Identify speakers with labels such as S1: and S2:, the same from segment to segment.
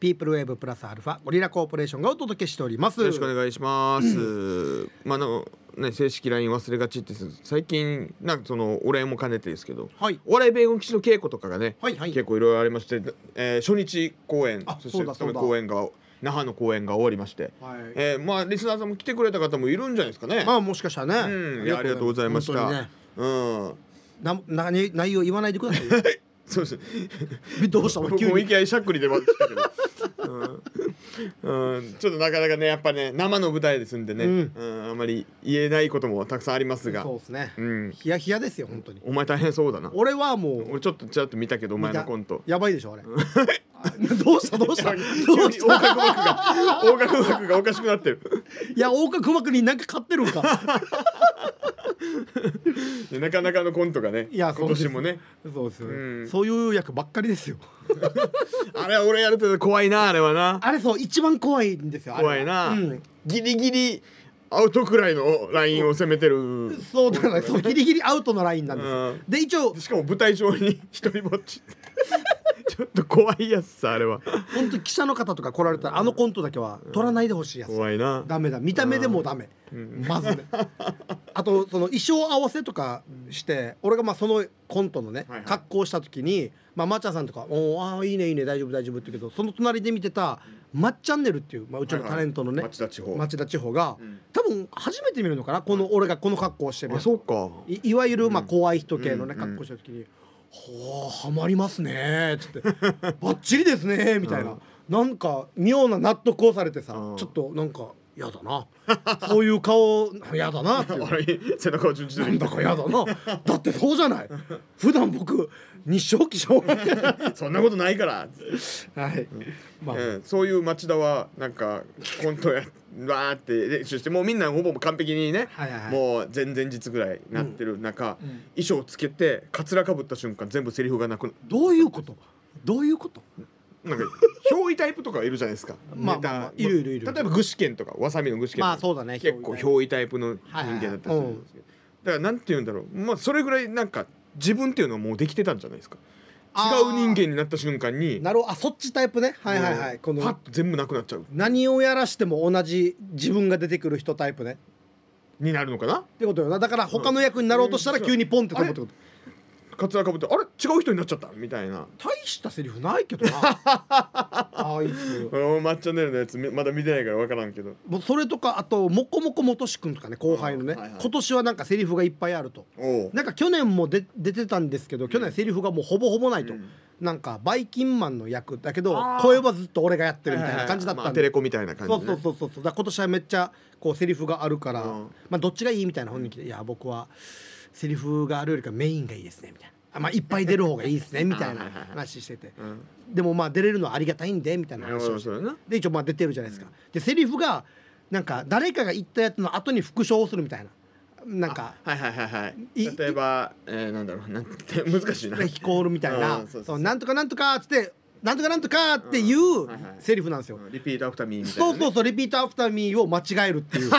S1: ピープルウェーブプラスアルファゴリラコーポレーションがお届けしております
S2: よろしくお願いします。まああのね正式 LINE 忘れがちって最近なんかそのお礼も兼ねてですけど、
S1: はい
S2: お笑い弁護士の稽古とかがね、
S1: はいはい
S2: 結構いろいろありまして、えー初日公演
S1: あ
S2: そし
S1: そう
S2: て
S1: だそうだ
S2: 公演が那覇の公演が終わりまして、
S1: はい
S2: えーまあリスナーさんも来てくれた方もいるんじゃないですかね。
S1: まあもしかしたらね、
S2: うんいやありがとうございまし
S1: 本
S2: た。
S1: 当にね
S2: うん。
S1: な何内容言わないでくださいよ
S2: そうです。
S1: どうしたの
S2: 僕
S1: 急
S2: もい
S1: に
S2: きなりしゃっくり出ましたけど。うん、うんちょっとなかなかねやっぱね生の舞台ですんでね、
S1: うん
S2: うんあんまり言えないこともたくさんありますが
S1: そうですね、
S2: うん、
S1: ヒヤヒヤですよ本当に
S2: お前大変そうだな
S1: 俺はもう
S2: 俺ちょっとちらっと見たけどお前
S1: 見
S2: の
S1: た
S2: コント
S1: やばいで しょあれどうしたどうしたど
S2: 急
S1: う
S2: に
S1: し
S2: 横
S1: た
S2: 隔膜が横隔膜がおかしくなってる
S1: いや大角膜になんか勝ってるん か
S2: でなかなかのコントがね
S1: いや
S2: 今年もね
S1: そうですよ、
S2: うん
S1: そういう役ばっかりですよ
S2: あれは俺やると怖いなあれはな
S1: あれそう一番怖いんですよあれは
S2: 怖いな、
S1: うん、
S2: ギリギリアウトくらいのラインを攻めてる
S1: そうだからそうギリギリアウトのラインなんですよ、
S2: うん
S1: で一応
S2: しかも舞台上に一人ぼっち ちょっと怖いやつさあれは
S1: 本当記者の方とか来られたらあのコントだけは取らないでほしいやつ、
S2: 怖いな
S1: ダメだ見た目でもダメ、まず ねあとその衣装合わせとかして俺がまあそのコントのね
S2: はいはい
S1: 格好をした時にまあまっちゃんさんとか「おーあーいいねいいね大丈夫大丈夫」って言うけどその隣で見てたまっちゃんねるっていう、まあ、うちのタレントのね、
S2: 町田地方
S1: 町田地方が、
S2: うん
S1: 多分初めて見るのかなこの俺がこの格好をしてる
S2: あそうか
S1: いいわゆるまあ怖い人系のね、
S2: うん
S1: 格好した時に「ほあはまりますね」っつって 「ばっちりですね」みたいな、なんか妙な納得をされてさ、
S2: うん
S1: ちょっとなんか「やだな」そういう顔「やだな」っていう。
S2: あれ背中を順次
S1: なんだかやだなだってそうじゃない普段僕日照気象は
S2: そんなことないから、
S1: い、まあ、
S2: うん、そういう町田はなんかコントやわーって練習してもうみんなほぼ完璧にね、
S1: はいはいはい
S2: もう前々日ぐらいなってる中、衣装つけてかつらかぶった瞬間全部セリフがなく
S1: どういうことどういうこと
S2: なんか憑依タイプとかいるじゃないですか。
S1: まあ
S2: ネタ
S1: まあまあいるいるいる
S2: 例えば具志堅とかわさびの具志堅とか
S1: まあそうだね
S2: 結構
S1: 憑依タイプ
S2: 憑依タイプの人間だったりするんですけど、だからなんて言うんだろうまあそれぐらいなんか自分っていうのはもうできてたんじゃないですか。
S1: あ
S2: 違
S1: ー
S2: う人間になった瞬間に
S1: なるほどあそっちタイプねはいはいはい、
S2: もう
S1: この
S2: パッと全部なくなっちゃう
S1: 何をやらしても同じ自分が出てくる人タイプね
S2: になるのかな。
S1: ってことよなだから他の役になろうとしたら
S2: うん
S1: 急にポンって飛ぶってこと
S2: かつらかぶってあれ違う人になっちゃったみたいな。
S1: 大したセリフない けどなあいつ
S2: 俺もマッチャネルのやつみまだ見てないから分からんけど。
S1: もうそれとかあともこもこもとしくんとかね後輩のね、
S2: はいはい
S1: 今年はなんかセリフがいっぱいあると
S2: おう
S1: なんか去年もで出てたんですけど去年セリフがもうほぼほぼないと、
S2: うん
S1: なんかバイキンマンの役だけど
S2: あー
S1: 声はずっと俺がやってるみたいな感じだっ
S2: ま
S1: た
S2: あ
S1: ん
S2: テ
S1: で
S2: レコみたいな感じ、
S1: そ
S2: ね。
S1: うそうそうそうそうだから今年はめっちゃこうセリフがあるから、
S2: うん
S1: まあどっちがいいみたいな本人来て「いや僕はセリフがあるよりかメインがいいですね」みたいな「あまあいっぱい出る方がいいです ね」みたいな話してて
S2: うん。
S1: でもまあ出れるのはありがたいんでみたいな
S2: なる
S1: 話
S2: ほ
S1: を
S2: ど
S1: して
S2: そうだな。
S1: で一応まあ出てるじゃないですか、でセリフがなんか誰かが言ったやつの後に復唱をするみたいななんか
S2: はいはいはいはい
S1: い
S2: 例えば、えー、なんだろうなん て難しいな
S1: ヒコールみたいな、
S2: うんそうそうそう
S1: そうなんとかなんとかっつってなんとかなんとかっていう
S2: はいはい
S1: セリフなんですよ、
S2: リピートアフターミーみたいな、
S1: そうそうそう、リピートアフターミーを間違える っていう。な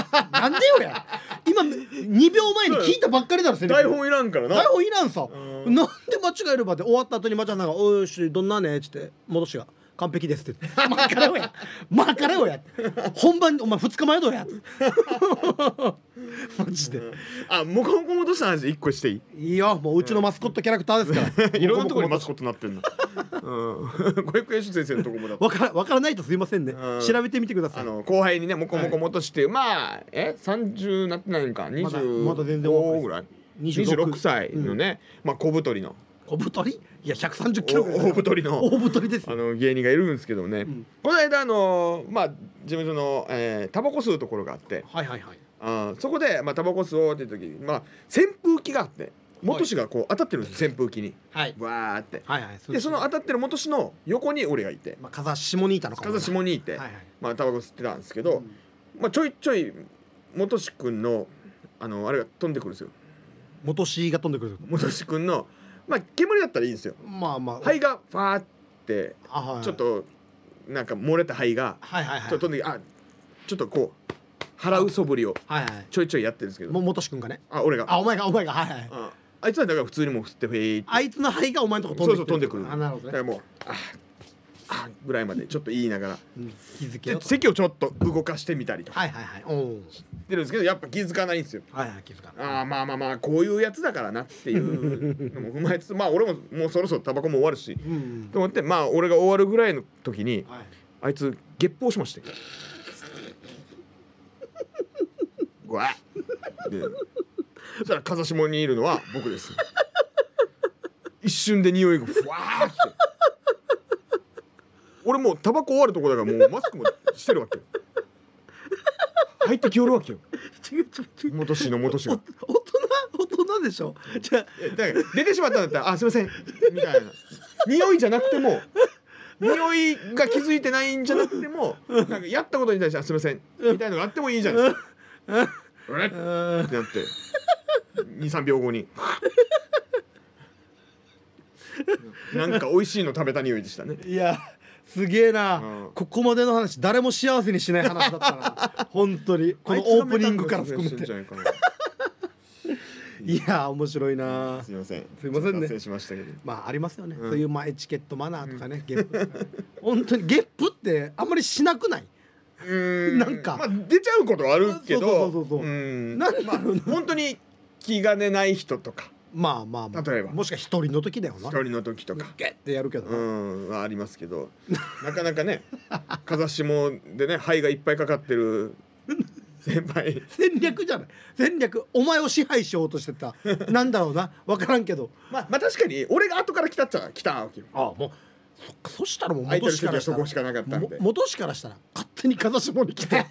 S1: んでよや。今、2秒前に聞いたばっかりだろ、セリフ
S2: 台本いらんからな
S1: 台本いらんさ。
S2: う
S1: なんんで間違えるばって終わった後にまちゃんさんが「おいしどんなね」っつって戻しが「完璧です」って 言って「まからよやまからよや」本番お前2日前どう や」マジで
S2: あもこもこもとした話一個していい
S1: いいよもううちのマスコットキャラクターですから
S2: いろんなと ころにマス
S1: コ
S2: コットになってんのうん 保育園先生のとこもだ
S1: わからわからないとすいませんね
S2: うん
S1: 調べてみてくださ
S2: あ
S1: い
S2: の後輩にねもこもこもとしていう、まあえ30なってないんか
S1: まだまだ全然若い
S2: 25ぐらい
S1: 26
S2: 26歳のね、まあ小太りの
S1: 小太りいや130キ
S2: お
S1: ロぐらいだか
S2: 大
S1: ら
S2: 太りの
S1: 大太りです
S2: あ
S1: よ
S2: の芸人がいるんですけどね、
S1: ん
S2: この間あのまあ事務所の、えー、タバコ吸うところがあって
S1: はいはいはい
S2: あーそこで、まあ、タバコ吸おうっていう時に、まあ、扇風機があって元氏がこう当たってるんです扇風機に
S1: はい
S2: わーって
S1: はいはい
S2: でその当たってる元氏の横に俺がいて
S1: まあ風下にいたのかも
S2: 風下にいて、
S1: はいはい
S2: まあ、タバコ吸ってたんですけど、
S1: うん
S2: まあ、ちょいちょい元氏くんのあのあれが飛んでくるんですよ
S1: 元氏が飛んでくる
S2: 元氏くんの、まあ、煙だったらいいんですよ
S1: まあまあ
S2: 肺がファーって
S1: あはい
S2: ちょっとなんか漏れた肺が
S1: はいはいはい
S2: ちょっと飛んであちょっとこう払う素振りを
S1: はいはい
S2: ちょいちょいやってるんですけ
S1: も
S2: ど
S1: う元志くんがね
S2: あ俺が
S1: あお前がお前がはいはい
S2: ああいつはだから普通にもう吸ってフェーって
S1: あいつの肺がお前のとこ
S2: そ
S1: 飛んで
S2: うそう飛んでくる
S1: あなるほどね
S2: だからもうああぐらいまでちょっと言いながら
S1: うん気づけ
S2: で
S1: よと
S2: 席をちょっと動かしてみたりとか
S1: はいはいはいおう
S2: してるんですけどやっぱ気づかないんですよ
S1: はいはい気づかない
S2: ああまあまあまあこういうやつだからなっていうのも踏まえつつまあ俺ももうそろそろタバコも終わるし
S1: うんうん
S2: と思ってまあ俺が終わるぐらいの時に
S1: はい
S2: あいつゲップをしましてごわっでそしたら風下にいるのは僕です一瞬で匂いがふわーって俺もうタバコ終わるとこだからもうマスクもしてるわけよ入ってきよるわけよ
S1: 違う違う違う
S2: 元氏の元氏
S1: お大
S2: が
S1: 人大人でしょじゃあ
S2: いやだから出てしまったんだったら「あすいません」みたいな匂いじゃなくても匂いが気づいてないんじゃなくてもなんかやったことに対して「あすいません」みたいなのがあってもいいじゃないですか。うれっ
S1: う
S2: て
S1: ーん
S2: なって23秒後になんか美味しいの食べた匂いでしたね。
S1: いやすげえな、
S2: うん
S1: ここまでの話誰も幸せにしない話だった な本当にこのオープニングから含め
S2: あいつ
S1: て
S2: がメタンガスの
S1: いや面白いな
S2: せいじゃないかなすいません。
S1: すいませんね
S2: 脱線しましたけど。
S1: まあありますよね、
S2: うん
S1: そういうまあエチケットマナーとかね、ゲップ とかね本当にゲップってあんまりしなくない、
S2: うー
S1: なんか
S2: まあ、出ちゃうことはあるけど
S1: そうそうそうそうそう
S2: うん
S1: なんだろうな
S2: 本当に気兼ねない人とか
S1: まあまあまあ
S2: 例えば
S1: もしか一人の時だよな
S2: 一人の時とか
S1: ゲッてやるけど
S2: う
S1: な、
S2: んはありますけどなかな かね風下でね肺がいっぱいかかってる先輩
S1: 戦略じゃない戦略お前を支配しようとしてた なんだろうな分からんけど
S2: まあまあ確かに俺が後から来たっちゃ来たわけよ
S1: ああもうそっかそしたらもう
S2: 空いて
S1: 元
S2: る
S1: 氏か
S2: 席
S1: ら
S2: は
S1: したら
S2: そこしかなかったん
S1: も
S2: で
S1: 元氏からしたら勝手に風下に来 て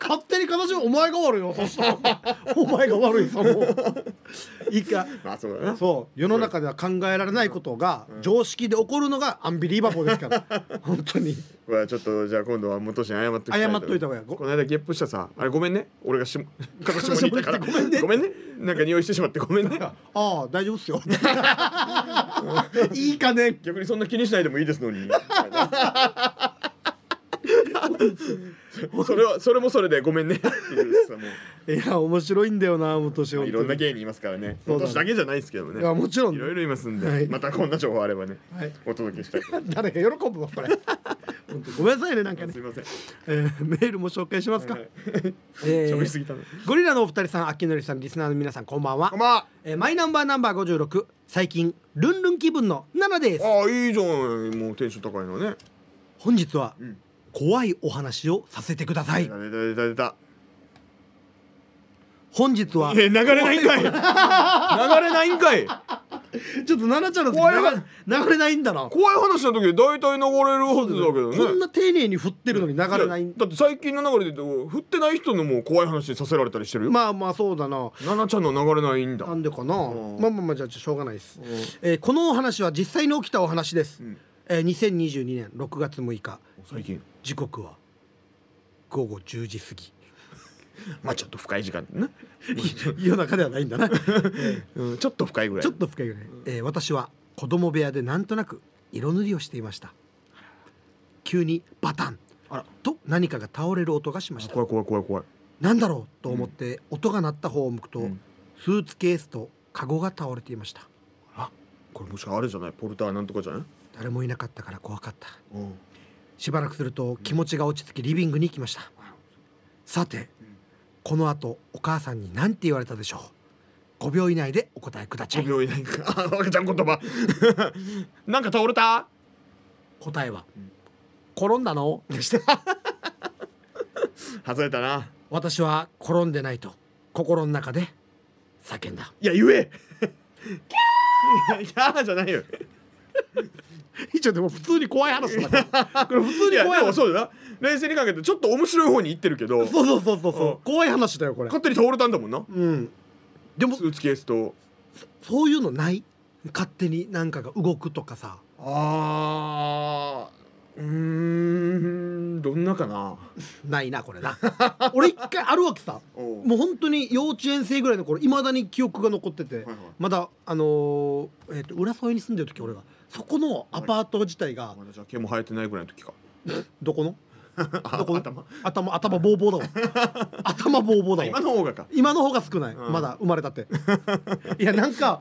S1: 勝手に風下お前が悪いよそしたらお前が悪いさも ういいか
S2: まあそうだな
S1: そう世の中では考えられないことが常識で起こるのがアンビリーバボーですから 本当に
S2: これはちょっとじゃあ今度は元氏に謝っときたい
S1: 謝っといた方がご
S2: この間ゲップしたさあれごめんね俺が しも風下にいたから
S1: ごめんね
S2: ごめんねなんか匂いしてしまってごめんね
S1: ああ大丈夫っす よいいかね
S2: 逆にそんな気にしないでもいいですの にそれはそれもそれでごめんねっていうさも
S1: いや面白いんだよな元氏
S2: う
S1: 本
S2: い
S1: 当
S2: ろん
S1: に
S2: な芸人いますからね
S1: そうだね
S2: 私だけじゃないですけどね
S1: いやもちろん
S2: いろいろいますんで、
S1: はい
S2: またこんな情報あればね、
S1: はい
S2: お届けしたいと思い
S1: 誰か喜ぶわこれ本当ごめんなさいねなんか
S2: ます
S1: ね
S2: すい、ません
S1: えーメールも紹介しますか、
S2: はい
S1: えー
S2: 喋りすぎたの
S1: ゴリラのお二人さん、秋のりさん、リスナーの皆さん、こんばんは
S2: こん。ばんは
S1: えーマイナンバーナンバー56、最近ルンルン気分の7です。
S2: ああいいじゃんもうテンション高いのね
S1: 本日は
S2: うん
S1: 怖いお話をさせてくださ
S2: 出
S1: い。
S2: た出た出た出た
S1: 本日は、
S2: え流れないん かい流れないんかい
S1: ちょっと7ちゃんの
S2: 怖いわ
S1: 時流れ流れないんだな。こ
S2: 怖い話の時大体流れるはずだけどね
S1: んな丁寧に振ってるのに流れない
S2: いや。だって最近の流れで言うと振ってない人のもう怖い話させられたりしてるよ、
S1: まあまあそうだな。
S2: 奈々ちゃんの流れないんだ
S1: なんでかな。
S2: うん
S1: まあまあまあじゃあしょうがないです
S2: ん。
S1: えーこのお話は実際に起きたお話です。
S2: うん
S1: えー2022年6月6日、
S2: 最近
S1: 時刻は午後10時過ぎ。
S2: まあちょっと深い時間 ね、
S1: 夜中ではないんだな。
S2: うん、ちょっと深いぐらい
S1: ちょっと深いぐらい、えー私は子供部屋でなんとなく色塗りをしていました急にバタン
S2: あら
S1: と何かが倒れる音がしました
S2: 怖い怖い怖い怖い
S1: なんだろうと思って音が鳴った方を向くと、
S2: うん
S1: スーツケースとカゴが倒れていました
S2: これもしかあれじゃないポルターなんとかじゃない、
S1: 誰もいなかったから怖かった
S2: うん、
S1: しばらくすると気持ちが落ち着きリビングに行きましたさて
S2: うん
S1: この後お母さんに何て言われたでしょう5秒以内でお答えくださ
S2: 5
S1: い
S2: 秒 以内かあ赤ちゃん言葉 なんか倒れた
S1: 答えは、
S2: ん
S1: 転んだのでした
S2: 外れたな
S1: 私は転んでないと心の中で叫ん だ
S2: いや言えキャ ーキャーじゃないよ
S1: 一応でも普通に怖い話だから これ普通
S2: い
S1: に
S2: や
S1: 怖い
S2: でも
S1: 話そう
S2: そうだな冷静に考えてちょっと面白い方に行ってるけ ど
S1: そうそうそうそう
S2: うん
S1: 怖い話だよこれ
S2: 勝手に倒れたんだもんな
S1: うんでも
S2: スーツケースと
S1: そういうのない勝手になんかが動くとかさ
S2: あーうーんどんなかな
S1: ないなこれな 俺一回あるわけさもう本当に幼稚園生ぐらいの頃いまだに記憶が残ってて、
S2: はいはい
S1: まだあのーえーと浦添に住んでる時俺がそこのアパート自体が
S2: まだじゃあ毛も生えてないぐらいの時か
S1: どこのどこの
S2: 頭
S1: 頭頭ボーボーだわ 頭ボーボーだわ
S2: 今の方がか
S1: 今の方が少ない、
S2: うん
S1: まだ生まれたっていやなんか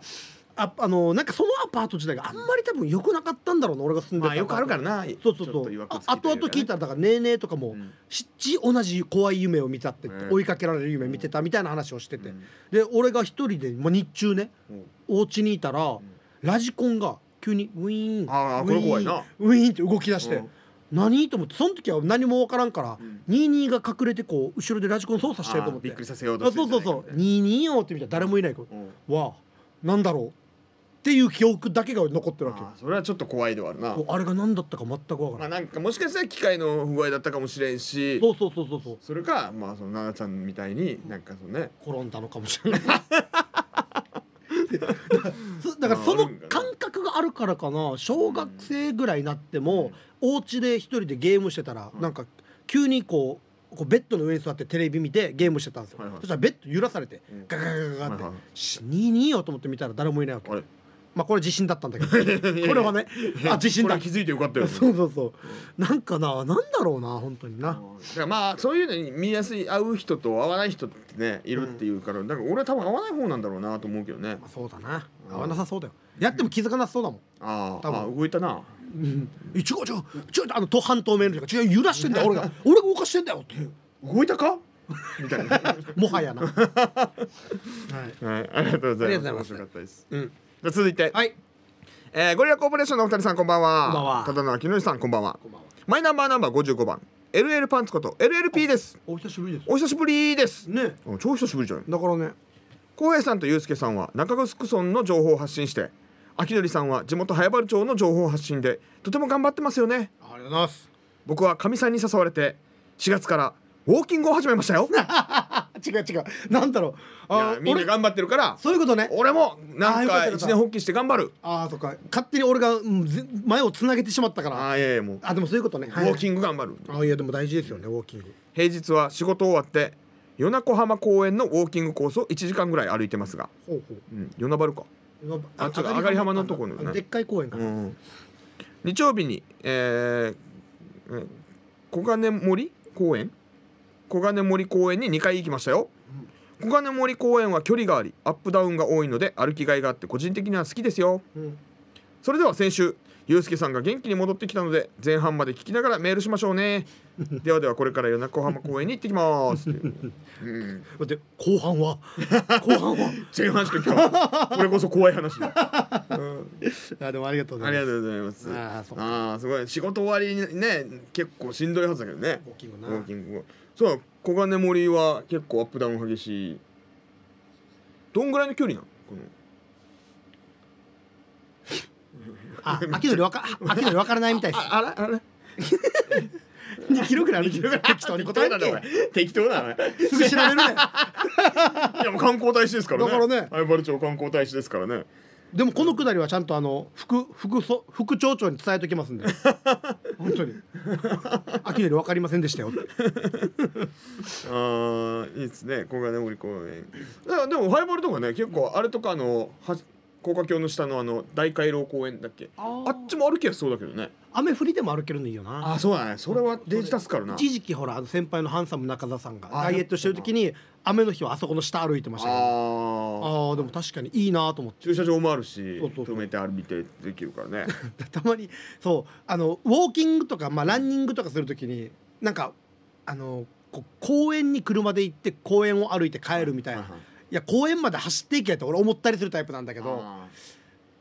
S1: ああのなんかそのアパート自体があんまり多分良くなかったんだろうな俺が住んで
S2: ま
S1: た
S2: あよくあるからな
S1: そうそう
S2: ちょ
S1: そ
S2: っと
S1: う
S2: 曰く
S1: あ
S2: つきと
S1: 後
S2: いう
S1: 々
S2: かね
S1: 聞いたらだからねえねえとかも、
S2: うん
S1: しっち同じ怖い夢を見たって言って
S2: うん
S1: 追いかけられる夢見てたみたいな話をしてて、
S2: うん
S1: で俺が一人で、まあ、日中ね
S2: うん
S1: お家にいたら、
S2: ん
S1: ラジコンが急にウィーン
S2: あー
S1: ウィーン
S2: これ怖いな
S1: ウィーンって動き出して、
S2: うん
S1: 何と思ってその時は何も分からんから、
S2: うん
S1: ニーニーが隠れてこう後ろでラジコン操作してると思って
S2: あーびっくりさせようと
S1: あ
S2: してる
S1: そ
S2: ん
S1: う
S2: じゃ
S1: そ
S2: な
S1: う
S2: いか
S1: そう「ニーニーよ」って見たら誰もいないから
S2: うん
S1: 「わあなんだろう」っていう記憶だけが残ってるわけよ
S2: あーそれはちょっと怖いではあるな
S1: そうあれが何だったか全く分から
S2: ま
S1: な
S2: あ
S1: い、
S2: なんかもしかしたら機械の不具合だったかもしれんし
S1: そうそうそうそうそう
S2: それかまあその奈々ちゃんみたいになんかそのね
S1: 転んだのかもし れないだからそだからその感覚があるからかな小学生ぐらいになっても、お家で一人でゲームしてたら、
S2: うん
S1: なんか急にこうこうベッドの上に座ってテレビ見てゲームしてたんですよ、
S2: はいはい
S1: そしたらベッド揺らされて
S2: うん
S1: ガガガガガガって
S2: はいはい
S1: 「死にによ」と思って見たら誰もいないわけ
S2: あれ
S1: まあこれ地震だったんだけ どこれはねあ地震
S2: こ
S1: だ
S2: れ気づいてよかったよ
S1: そうそうそうなんかななんだろうな本当にな、
S2: うんだからまあそういうのに見やすい合う人と合わない人ってねいるっていうから、だから俺は多分合わない方なんだろうなと思うけどね
S1: まあ、そうだな
S2: うん
S1: 合わなさそうだよやっても気づかなさそうだもん
S2: あー
S1: 多分
S2: あ動いたな
S1: うん「違う違う違う」あのと半透明の人が「違う揺らしてんだよ俺が俺が動かしてんだよ」っていう
S2: 動いたか みた いな、はい、
S1: もはやなはい、
S2: ありがとうござ
S1: あ
S2: います
S1: りがとうございます
S2: 面白かったです
S1: うん、
S2: じゃあ続いて、
S1: はい
S2: えーゴリラコーポレーションのお二人さんこんばんは
S1: こんばんは
S2: ただの秋野さんこんばんは
S1: こんばんは
S2: マイナンバーナンバー55番 LL パンツこと LLP です
S1: お久しぶりです
S2: お久しぶりです
S1: ね
S2: あ超久しぶりじゃない
S1: だからね
S2: 浩平さんとユうスケさんは中城村の情報を発信して秋典さんは地元早原町の情報発信でとても頑張ってますよね
S1: ありがとうございます
S2: 僕はかみさんに誘われて4月からウォーキングを始めましたよ
S1: 違う違うなんだろう
S2: いや
S1: あ
S2: みんな
S1: 俺
S2: 頑張ってるから
S1: そういうことね
S2: 俺もな
S1: あ
S2: ん
S1: よかったよ
S2: か
S1: かっ
S2: 一
S1: た
S2: 年発起して頑張る
S1: ああとか勝手に俺が、うん、ぜ前をつなげてしまったから
S2: ああいやいやもう
S1: あでもそういうことね
S2: ウォーキ
S1: ン
S2: ング頑張る
S1: グあいやでも大事ですよねウォーキング
S2: 平日は仕事終わって与那湖浜公園のウォーキングコースを1時間ぐらい歩いてますが、
S1: ほうほう
S2: うん、与那原かあ違う上がり浜のとこの
S1: あでっかい公園か
S2: う
S1: な、
S2: ん、日曜日に、えーうん小金森公園小金森公園に2回行きましたよ小金森公園は距離がありアップダウンが多いので歩きがいがあって個人的には好きですよ
S1: うん
S2: それでは先週ゆうすけさんが元気に戻ってきたので前半まで聞きながらメールしましょうねではではこれから与那湖浜公園に行ってきます、うん、
S1: 待って後半は後半は
S2: 前半しか聞かないこれこそ怖い話だ、うん
S1: あでもありがとうご
S2: あ
S1: ざい
S2: り
S1: ます。
S2: がとうございます。
S1: あーそっ
S2: ああーすごい仕事終わりにね結構しんどいはずだけどね。
S1: ウォーキング
S2: ウ
S1: な。
S2: ォーキングはそう小金森は結構アップダウン激しい。どんぐらいの距離なのこの
S1: あ、秋のりわか、秋のりわからないみたいです。
S2: あれあ れ
S1: 二キロぐらいある。適当に答え
S2: だ
S1: て
S2: ね
S1: よ。
S2: 適当だね。
S1: すぐ調べるね。
S2: いやもう観光大使ですからね。
S1: だからね
S2: 相原町観光大使ですからね。
S1: でもこのくだりはちゃんとあの副副そ副町長に伝えときますんで。本当に。秋のりわかりませんでしたよって。
S2: ああいいですね小金森公園。あでもハイボールとかね結構あれとかあのは高架橋の下のあの大回廊公園だっけ。
S1: あ
S2: あっちも歩きやすそうだけどね。
S1: 雨降りでも歩けるのいいよな。
S2: あそうだねそれはデージ助かるな
S1: 一時期ほらあの先輩のハンサム中澤さんが
S2: あ
S1: ダイエットしてる時に雨の日はあそこの下歩いてましたけどあ
S2: ああ
S1: あーでも確かにいいなと思って
S2: 駐車場もあるし
S1: そうそうそう
S2: 止めて歩いてできるから ね
S1: たまにそうあのウォーキングとか、まあ、ランニングとかするときになんかあのこう公園に車で行って公園を歩いて帰るみたいな、
S2: はい
S1: い
S2: はい
S1: や公園まで走っていけって俺思ったりするタイプなんだけど
S2: あー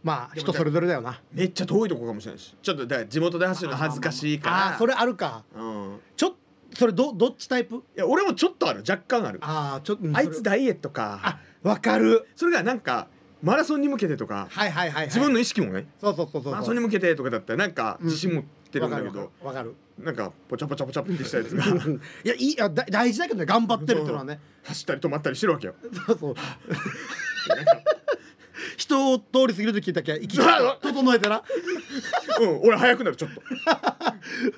S1: まあ
S2: でも
S1: 人それぞれだよな
S2: めっちゃ遠いとこかもしれないしちょっとだから地元で走るの恥ずかしいから
S1: あーそれあるか
S2: うんい
S1: ちょそれどどっちタイプ
S2: や俺もちょっとある若干ある
S1: ああちょっと
S2: あいつダイエットか
S1: あわかる
S2: それがなんかマラソンに向けてとか
S1: はいはいはい、はい、
S2: 自分の意識もね
S1: そうそうそうそう
S2: マラソンに向けてとかだったらなんか自信持ってるんだけ
S1: わ
S2: ど
S1: かるわかる
S2: なんかポチャポチャポチャってしたやつ が
S1: わ かるいやいいやだ大事だけどね頑張ってるっていうのはね
S2: 走ったり止まったりしてるわけよ
S1: そうそう。 人を通り過ぎると聞いたっけ息 が整えてな
S2: うん、俺早くなるちょっと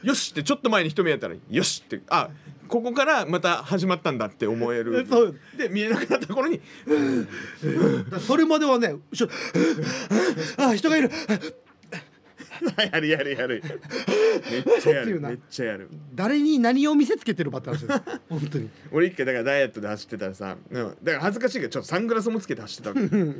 S2: よしってちょっと前に一目やったらよしってあここからまた始まったんだって思える
S1: そう
S2: で見えなくなった頃に
S1: それまではね後ろあ人がいる
S2: やるやるやるめっちゃや
S1: そういう
S2: る
S1: な
S2: めっちゃやる
S1: 誰に何を見せつけてるばって話 です本当に
S2: 俺一回だからダイエットで走ってたらさうんだから恥ずかしいけどちょっとサングラスもつけて走 ってたわけ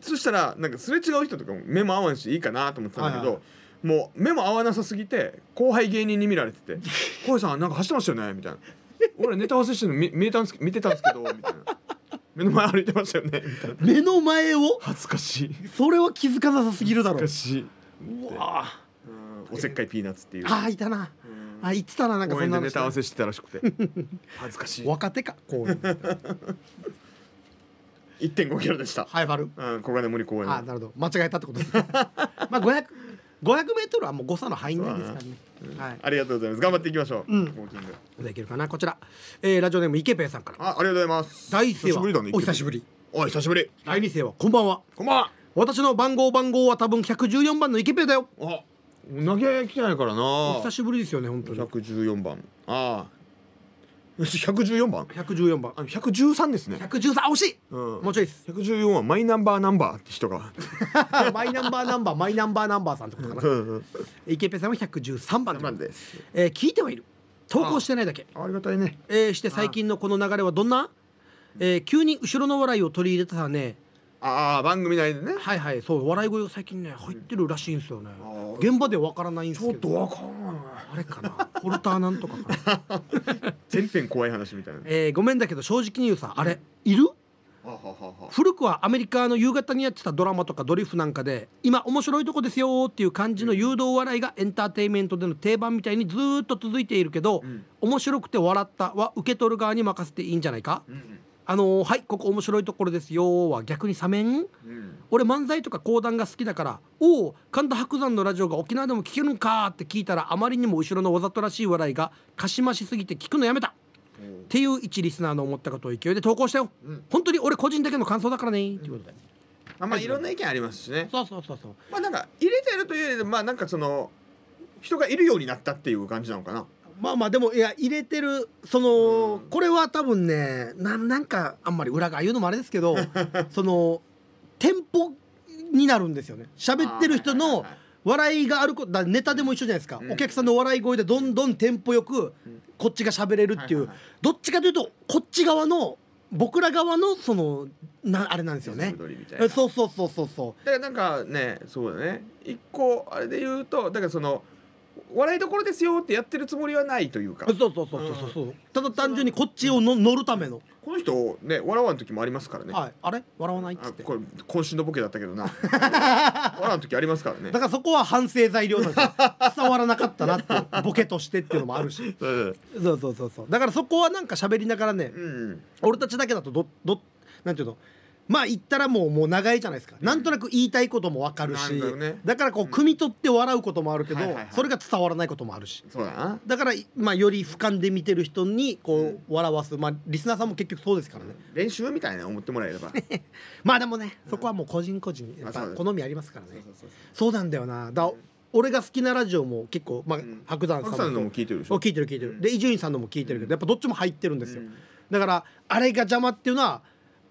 S2: そしたらなんかすれ違う人とかも目も合わんしいいかなと思ってたんだけど、
S1: はい
S2: もう目も合わなさすぎて後輩芸人に見られてて「浩平さんなんか走ってましたよね」みたい な「俺ネタ合わせしてるの見見えたんです見てたんですけど」みたいな「目の前歩いてましたよね」みたいな
S1: 目の前を
S2: 恥ずかしい
S1: それは気づかなさすぎるだろ
S2: 恥ずかしい、
S1: うわあ
S2: うんおせっかいピーナッツっていう
S1: あーいたなあ言ってたななんかそ
S2: 公
S1: ん
S2: 園
S1: な
S2: で
S1: の
S2: ネタ合わせしてたらしく て恥ずかしい
S1: 若手かこういう
S2: 1.5キロでした、
S1: ハイバル
S2: うん、小金森公園
S1: あなるほど間違えたってことです ねまあ500 500メートルはもう誤差の範囲内ですからね。はい。
S2: ありがとうございます頑張っていきましょう、ウォーキング
S1: できるかなこちら、えー、ラジオネームイケペイさんから。
S2: あありがとうございます
S1: 第一声
S2: 久しぶりだ
S1: は
S2: ね
S1: お久しぶり。
S2: おい久しぶり
S1: 第二声はこんばんは。
S2: こんばんは
S1: 私の番号番号は多分114番のイケペイだよ。
S2: あ、投げ合い来てないからな。
S1: お久しぶりですよね本当に。
S2: 百十四番。ああ。 百十四番。
S1: 114番。
S2: あ、百十三ですね。
S1: 113惜しい。
S2: うん
S1: もうちょいです。
S2: 百十四はマイナンバーナンバーって人 が。
S1: マイナンバーナンバーマイナンバーナンバーさんってことかな。イケペイさんは113番ということで。
S2: す。
S1: えー、聞いてはいる。投稿してないだけ。
S2: ありがたいね。
S1: えー、して最近のこの流れはどんな？えー、急に後ろの笑いを取り入れたらね。
S2: ああ、番組内でね。
S1: はいはいそう笑い声が最近ね入ってるらしいんですよね
S2: ー
S1: 現場でわからないんです
S2: ちょ
S1: け
S2: っ
S1: ど
S2: とわかんない。
S1: あれかなポルターなんとかかな、
S2: 全編怖い話みたいな。
S1: えーごめんだけど正直に言うさあれいる
S2: ははは
S1: 古くはアメリカの夕方にやってたドラマとかドリフなんかで今面白いとこですよーっていう感じの誘導笑いがエンターテインメントでの定番みたいにずーっと続いているけど、
S2: ん
S1: 面白くて笑ったは受け取る側に任せていいんじゃないか、
S2: ん
S1: あのーはいここ面白いところですよーは逆にサメン
S2: うん。
S1: 俺漫才とか講談が好きだから「おお神田伯山のラジオが沖縄でも聞けるんか」って聞いたらあまりにも後ろのわざとらしい笑いがかしましすぎて聞くのやめたっていう一リスナーの思ったことを勢いで投稿したよ、
S2: うん
S1: 本当に俺個人だけの感想だからねっていうことで、
S2: あ、まあ、いろんな意見ありますしね。
S1: そうそうそうそう
S2: まあ、なんか入れてるというより、まあ、なんかその。人がいるようになったっていう感じなのかな。
S1: まあまあでもいや入れてるその、これは多分ねなんなんかあんまり裏が言うのもあれですけ どそのテンポになるんですよね喋ってる人
S2: はいはい
S1: の
S2: はいはい
S1: 笑いがあることだネタでも一緒じゃないですか、
S2: うん
S1: お客さんの笑い声でどんどんテンポよくこっちが喋れるっていう、
S2: はいはいはい
S1: どっちかというとこっち側の僕ら側のそのなあれなんですよね
S2: リズム取りみたいな
S1: そうそうそうそうそ
S2: だからなんかねそうだね一個あれで言うとだからその笑いどころですよってやってるつもりはないというか
S1: うそうそうそうそうそうそうただ単純にこっちをの乗るための、
S2: この人ね笑わん時もありますからね、
S1: はい、あれ笑わないっつ
S2: あ
S1: って
S2: これ渾身のボケだったけ どな笑わん時ありますからね
S1: だからそこは反省材料なん ですよ伝わらなかったなってボケとしてっていうのもあるし
S2: うん
S1: そうそうそうそうだからそこはなんか喋りながらね
S2: うん
S1: 俺たちだけだとどどなんていうのまあ言ったらもうもう長いじゃないですかなんとなく言いたいことも分かるし
S2: なんだろうね
S1: だからこう汲み取って笑うこともあるけど、
S2: はいはいはい
S1: それが伝わらないこともあるし
S2: そうだな
S1: だから、まあ、より俯瞰で見てる人にこう、
S2: うん
S1: 笑わす、まあ、リスナーさんも結局そうですからね、
S2: 練習みたいな思ってもらえればそう
S1: まあでもねそこはもう個人個人やっ
S2: あ
S1: ぱ
S2: そうだね
S1: 好みありますからね、
S2: そうそう
S1: そうなんだよなだ、俺が好きなラジオも結構、まあ
S2: ん
S1: 白山
S2: 奥
S1: さ
S2: さん
S1: ん
S2: の
S1: も
S2: も聞いてるでし
S1: お
S2: ょ
S1: 聞いてる聞いてるで伊集院さんのも聞いてるけどやっぱどっちも入ってるんですよ、
S2: うん
S1: だからあれが邪魔っていうのは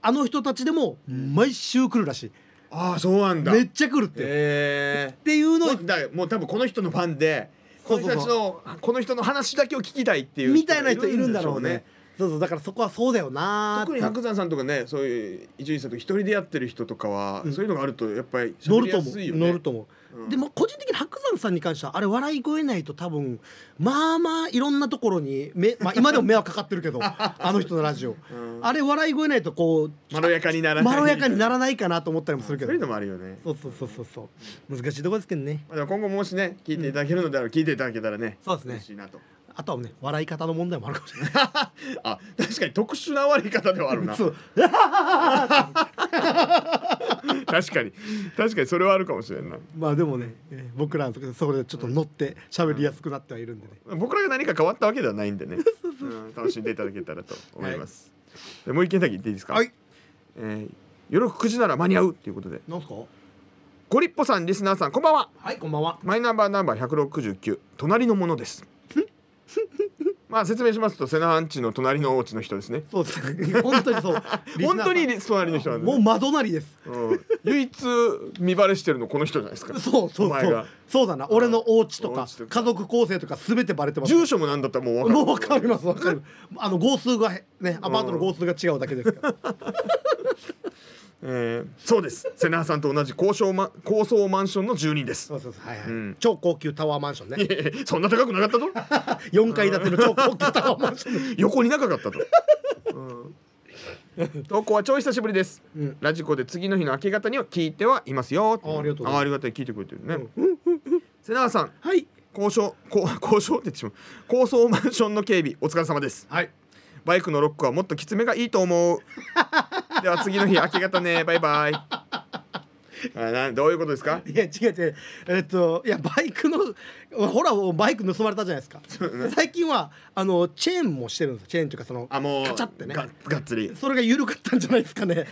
S1: あの人たちでも毎週来るらしい、
S2: ああそうなんだ
S1: め
S2: へ
S1: っちゃ来るって、っ
S2: え
S1: ていうのを
S2: もうだからもう多分この人のファンで
S1: そう
S2: この
S1: そう
S2: 人
S1: そう
S2: たちのこの人の話だけを聞きたいっていう
S1: みたいな人いるんだろうね
S2: でしょ
S1: そうそうだからそこはそうだよなーって
S2: 特に白山さんとかねそういう伊集院さんとか一人でやってる人とかは、そういうのがあるとやっぱり
S1: 乗
S2: 喋
S1: る
S2: り
S1: と
S2: や
S1: 思う、
S2: すいよね
S1: 乗ると思う、でも個人的に白山さんに関してはあれ笑い声ないと多分まあまあいろんなところにめ、まあ、今でも迷惑かかってる けどあの人のラジオ、あれ笑い声ないとこう
S2: まろやかにならない
S1: まろやかにならないかなと思ったりもするけ
S2: そ
S1: ど
S2: ういうのもあるよね
S1: そうそうそうそうそう難しいとこですけどね
S2: まあでも今後もしね聞いていただけるのであれば、聞いていただけたらね
S1: そうですね
S2: 嬉しいなと
S1: あとはね笑い方の問題もあるかもしれない
S2: あ確かに特殊な割り方ではあるな
S1: そう
S2: 確かに確かにそれはあるかもしれんない
S1: まあでもね、えー僕らのとこそれでちょっと乗って喋りやすくなってはいるんでね、
S2: 僕らが何か変わったわけではない んでね、うん、楽しんでいただけたらと思います、でもう一件だけ言っていいですか
S1: はい、
S2: えー、夜9時なら間に合うっていうことで
S1: なんすか
S2: ゴリッポさんリスナーさんこんばんは
S1: はいこんばんは
S2: マイナンバーナンバー169隣のものです。まあ説明しますと瀬名半地の隣のお家の人ですね
S1: そうです。 本当にそう。
S2: 本当に
S1: リ
S2: リ隣の
S1: ス
S2: 人
S1: ナーさ
S2: なんん
S1: も
S2: で、
S1: う窓なりです。
S2: うん、唯一見バレしてるのこの人じゃないですか
S1: そうそうそ
S2: お前
S1: う
S2: が。
S1: そうだな。俺のお家と
S2: お
S1: か
S2: 家とか
S1: 家族構成とかすべてバレてます。
S2: 住所もなんだったらもう
S1: もう
S2: 分
S1: わ
S2: か
S1: か
S2: る
S1: りますわかります。あの号数がねアパートの号数が違うだけですから。
S2: えーそうです瀬名さんと同じ高層マ高層マンションの住人です
S1: そうそうそうはいはい。
S2: うん
S1: 超高級タワーマンションね。
S2: いやいや そんな高くなかったと
S1: 四階建 ての超高級タワーマンション。
S2: 横に長かったと、うん、投稿は超久しぶりです、
S1: うん
S2: ラジコで次の日の明け方には聞いてはいますよ
S1: あありがとうございます
S2: あありがたい聞いてくれてるね、瀬名さん
S1: はい
S2: 交渉こ う交渉って言ってしまう高層マンションの警備お疲れ様です
S1: はい。
S2: バイクのロックはもっときつめがいいと思うでは次の日明け方ねバイバイあなどういうことですか
S1: いや違う違うえっといやバイクのほらバイク盗まれたじゃないですか、最近はあのチェーンもしてるんですよチェーンというかその
S2: あもう
S1: カチャってね
S2: ががっつり
S1: それが緩かったんじゃないですかね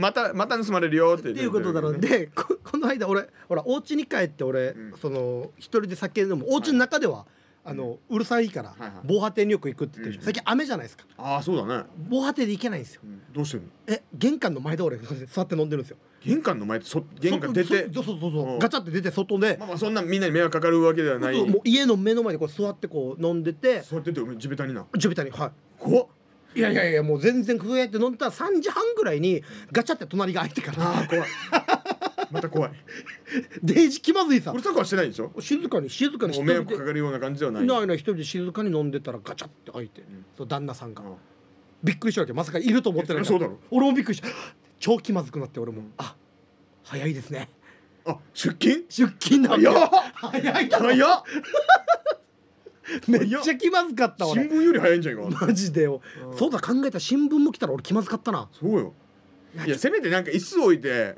S2: またまた盗まれるよってっ
S1: っていうことだろうでここの間俺ほらお家に帰って俺、その一人で酒飲むお家の中では、あのうるさいから、
S2: いはい
S1: 防波堤によく行くって言ってるでしょ、
S2: うん
S1: 最近雨じゃないですか
S2: ああそうだね、
S1: 防波堤で行けないんですよ
S2: うんどうしてるの
S1: え玄関の前で俺 座って飲んでるんですよ
S2: 玄関の前でそ玄関出て
S1: そそうそうそう
S2: う
S1: そうんガチャって出て外で、
S2: まあまあそんなみんなに迷惑かかるわけではない
S1: もう家の目の前にこう座ってこう飲んでて
S2: そうやってて地べたにな
S1: ジュビタにはい
S2: 怖っ
S1: いやいやいやもう全然ふえって飲んでたら3時半ぐらいにガチャって隣が開いて から
S2: ああ怖いまた 怖い
S1: デイジ気まずいさ
S2: うるさくはしてないでしょ
S1: 静かに静かに一
S2: もう迷
S1: 人
S2: 惑
S1: で
S2: かかるような感じではない
S1: ないない一人で静かに飲んでたらガチャって開いて、
S2: ん
S1: そう旦那さんが、
S2: うん
S1: びっくりしたわけまさかいると思ってないから
S2: そうだろ
S1: 俺もびっくりした超気まずくなって俺も、あ早いですね
S2: あ出勤
S1: 出勤だわけ
S2: 早っ
S1: 早いだろ
S2: 早っ
S1: めっちゃ気まずかった
S2: 新
S1: 俺
S2: 聞より早いんじゃないか
S1: マジでよ、そうだ考えたら新聞も来たら俺気まずかったな
S2: そうよいやせめてなんか椅子置いて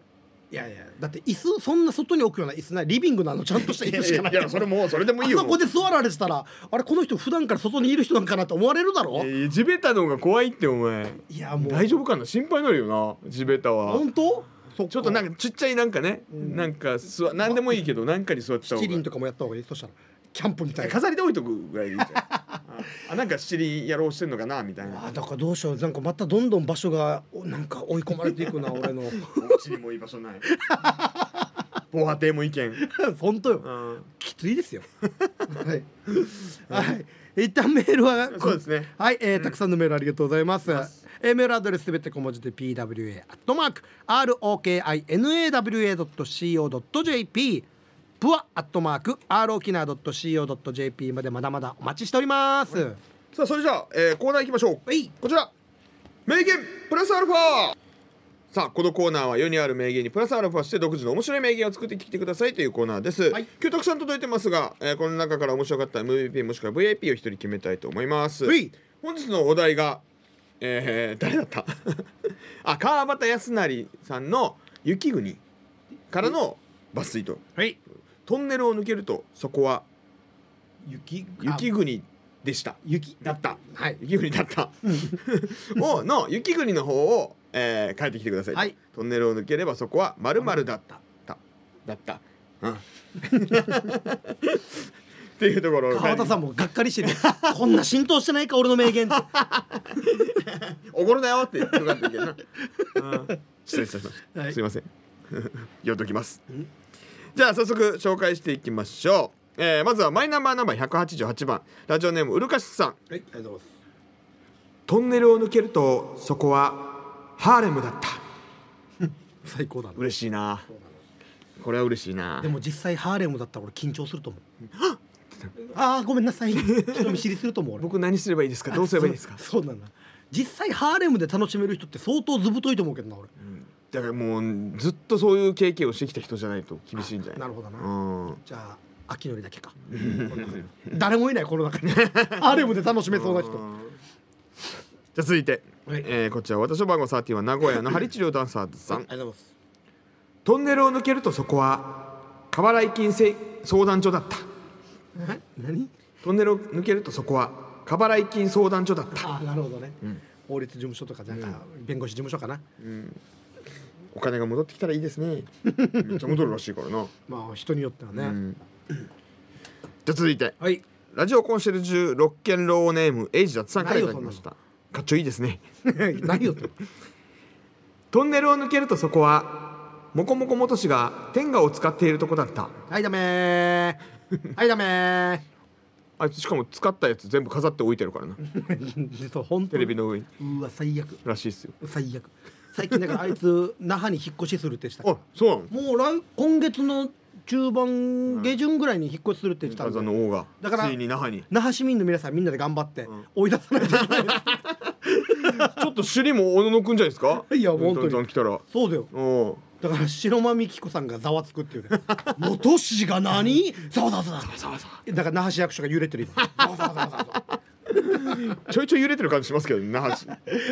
S1: いやいやだって椅子そんな外に置くような椅子ないリビングなのちゃんとした椅子しかない
S2: いやいやそれもうそれでもいい
S1: あ
S2: よ
S1: そこで座られてたらあれこの人普段から外にいる人なんかなって思われるだろ
S2: いや地べたの方が怖いってお前
S1: いやもう
S2: 大丈夫かな心配になるよな地べたは
S1: 本当そ
S2: ちょっとなん
S1: か
S2: かちっちゃいなんかね、なんか座なんでもいいけどなんかに座ってた方
S1: 七輪
S2: が
S1: とかもやった方がいいそしたらキャンプみたいな
S2: 飾りで置いとくぐらい でいいじゃんああなんか七輪やろうしてんのかなみたいな
S1: あだからどうしようなんかまたどんどん場所がおなんか追い込まれていく な俺の
S2: お家にもいい場所ない 防波堤も意見、
S1: 本当よ
S2: うん、
S1: きついですよはい、はい、一旦メールは
S2: そうですね
S1: はい、えー、たくさんのメールありがとうございます。えー、メールアドレスすべて小文字で P. W. A. アットマーク R. O. K. I. N. A. W. A. ドット C. O. ドット J. P. プアアットマーク R. O. K. ナドット C. O. ドット J. P. までまだまだお待ちしております。は
S2: さあそれじゃあ、えーコーナー行きましょう
S1: い、
S2: こちら名言プラスアルファさあこのコーナーは世にある名言にプラスアルファして独自の面白い名言を作ってきてくださいというコーナーです、
S1: はい
S2: 今日たくさん届いてますが、えーこの中から面白かった MVP もしくは VIP を一人決めたいと思います
S1: ほい
S2: 本日のお題がえー誰だった あ川端康成さんの「雪国」からの抜粋と
S1: はい、
S2: トンネルを抜けるとそこは
S1: 雪、
S2: 雪
S1: あ、
S2: 国でした
S1: 雪
S2: だった
S1: はい、
S2: 雪国だった をの雪国の方を、えー、帰ってきてください、
S1: はい
S2: トンネルを抜ければそこはまるまるだっただだった、うん、っていうところ
S1: 川田さんもがっかりしてる。こんな浸透してないか、俺の名言。は
S2: おごるなよって言ってかったけどな、うん失礼しました、
S1: はい
S2: すいません 読んどきますじゃあ早速紹介していきましょう、えー、まずはマイナンバーナンバー188番ラジオネームうるかしさん
S1: い、ありがとうございます。
S2: トンネルを抜けるとそこはハーレムだった
S1: 最高だな。
S2: 嬉しいなこれは嬉しいな
S1: でも実際ハーレムだったら俺緊張すると思う。 ああーごめんなさい。人見知りすると思う俺。
S2: 僕何すればいいですかどうすればいいですか
S1: そうなんだ実際ハーレムで楽しめる人って相当ずぶといと思うけどな俺、
S2: だからもうずっとそういう経験をしてきた人じゃないと厳しいんじゃない
S1: なるほどな
S2: うん
S1: じゃあ秋のりだけ かこの中に誰もいないこの中 にハーレムで楽しめそうな人
S2: じゃあ続いて、
S1: はい
S2: えーこちら私の番号30は名古屋のハリチリオダンサーズさん
S1: ありがとうございます
S2: トンネルを抜けるとそこは過払い金せい相談所だった
S1: 何
S2: トンネルを抜けるとそこは過払い金相談所だった
S1: ああなるほどね、法律事務所とかなんか弁護士事務所かな、
S2: お金が戻ってきたらいいですねめっちゃ戻るらしいからな
S1: まあ人によってはね、
S2: じゃあ続いて
S1: はい
S2: ラジオコンシェルジュロッケンローネームエイジダツさんから
S1: ない
S2: い
S1: よ
S2: ただきましたかっちょいいですね
S1: 何よと
S2: トンネルを抜けるとそこはモコモコ元氏が天下を使っているとこだった
S1: はいダメーはいダメ
S2: あいつしかも使ったやつ全部飾って置いてるから な
S1: ーそう本当
S2: テ
S1: に
S2: レビの上に
S1: うわ最悪
S2: らしいっすよ
S1: 最悪最近だからあいつ那覇に引っ越しするってした
S2: あそうなの
S1: もう来今月の中盤下旬ぐらいに引っ越しするって言ってた
S2: 金
S1: んで
S2: 沢の王が
S1: だから
S2: ついに那覇に
S1: 那覇市民の皆さんみんなで頑張って追い出さないといけないです
S2: ちょっと首里もおののくんじゃないですか
S1: いや本当に
S2: トントン来たら
S1: そうだよ
S2: お
S1: だから白間美希子さんがざわつくっていうね元氏が何ざわざわざわ
S2: ざわざわ
S1: だから那覇市役所が揺れてる今ざわざわざわざわ
S2: ちょいちょい揺れてる感じしますけどね那覇市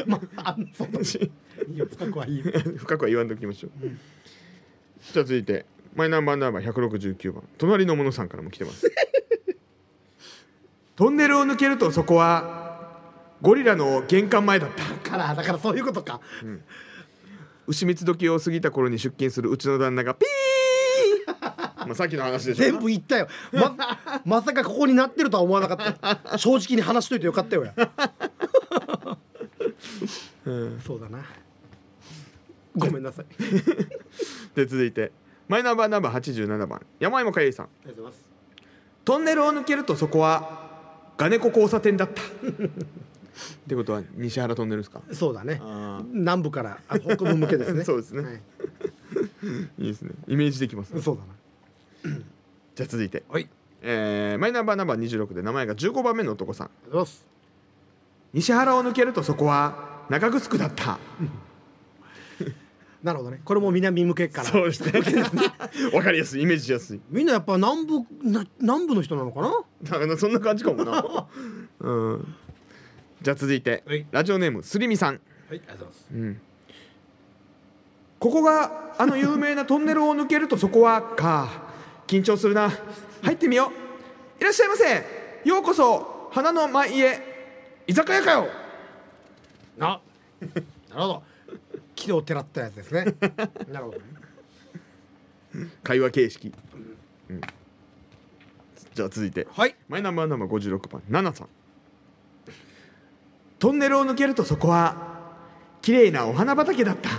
S1: まああのそうだしいいよ深くはいいよ
S2: 深くは言わんときましょう、じゃあ続いてマイナンバーナンバー169番隣のものさんからも来てます トンネルを抜けるとそこはゴリラの玄関前だった
S1: だからだからそういうことか、
S2: 牛蜜時を過ぎた頃に出勤するうちの旦那がピー まあさっきの話でしょ
S1: 全部言ったよま まさかここになってるとは思わなかったよ正直に話しといてよかった よや、そうだなごめんなさいあり
S2: で続いてマイナンバーナンバー87番山芋かゆいさん
S1: がとうございます
S2: トンネルを抜けるとそこはガネコ交差点だった ってことは西原トンネルですか
S1: そうだね
S2: あ
S1: 南部からあ北部向け ですね
S2: そうですね
S1: はい
S2: いいですねイメージできます
S1: そうだな
S2: じゃあ続いて、
S1: はいあり
S2: えーマイナンバーナンバー26で名前が15番目の男さん
S1: がとうございます
S2: 西原を抜けるとそこは中城だった
S1: なるほどねこれも南向けから
S2: そうですねわかりやすいイメージしやすい
S1: みんなやっぱ南部な南部の人なのかな
S2: だからそんな感じかもなうんじゃあ続いて、
S1: はい
S2: ラジオネームすりみさん
S1: はいありがとうございます
S2: ここがあの有名なトンネルを抜けるとそこはか緊張するな入ってみよういらっしゃいませようこそ花の舞へ居酒屋かよ
S1: あなるほど木をてらったやつです ねなるほどね
S2: 会話形式、うんじゃあ続いて
S1: はい
S2: マイナンバーナンバー56番ナナさんトンネルを抜けるとそこは綺麗なお花畑だった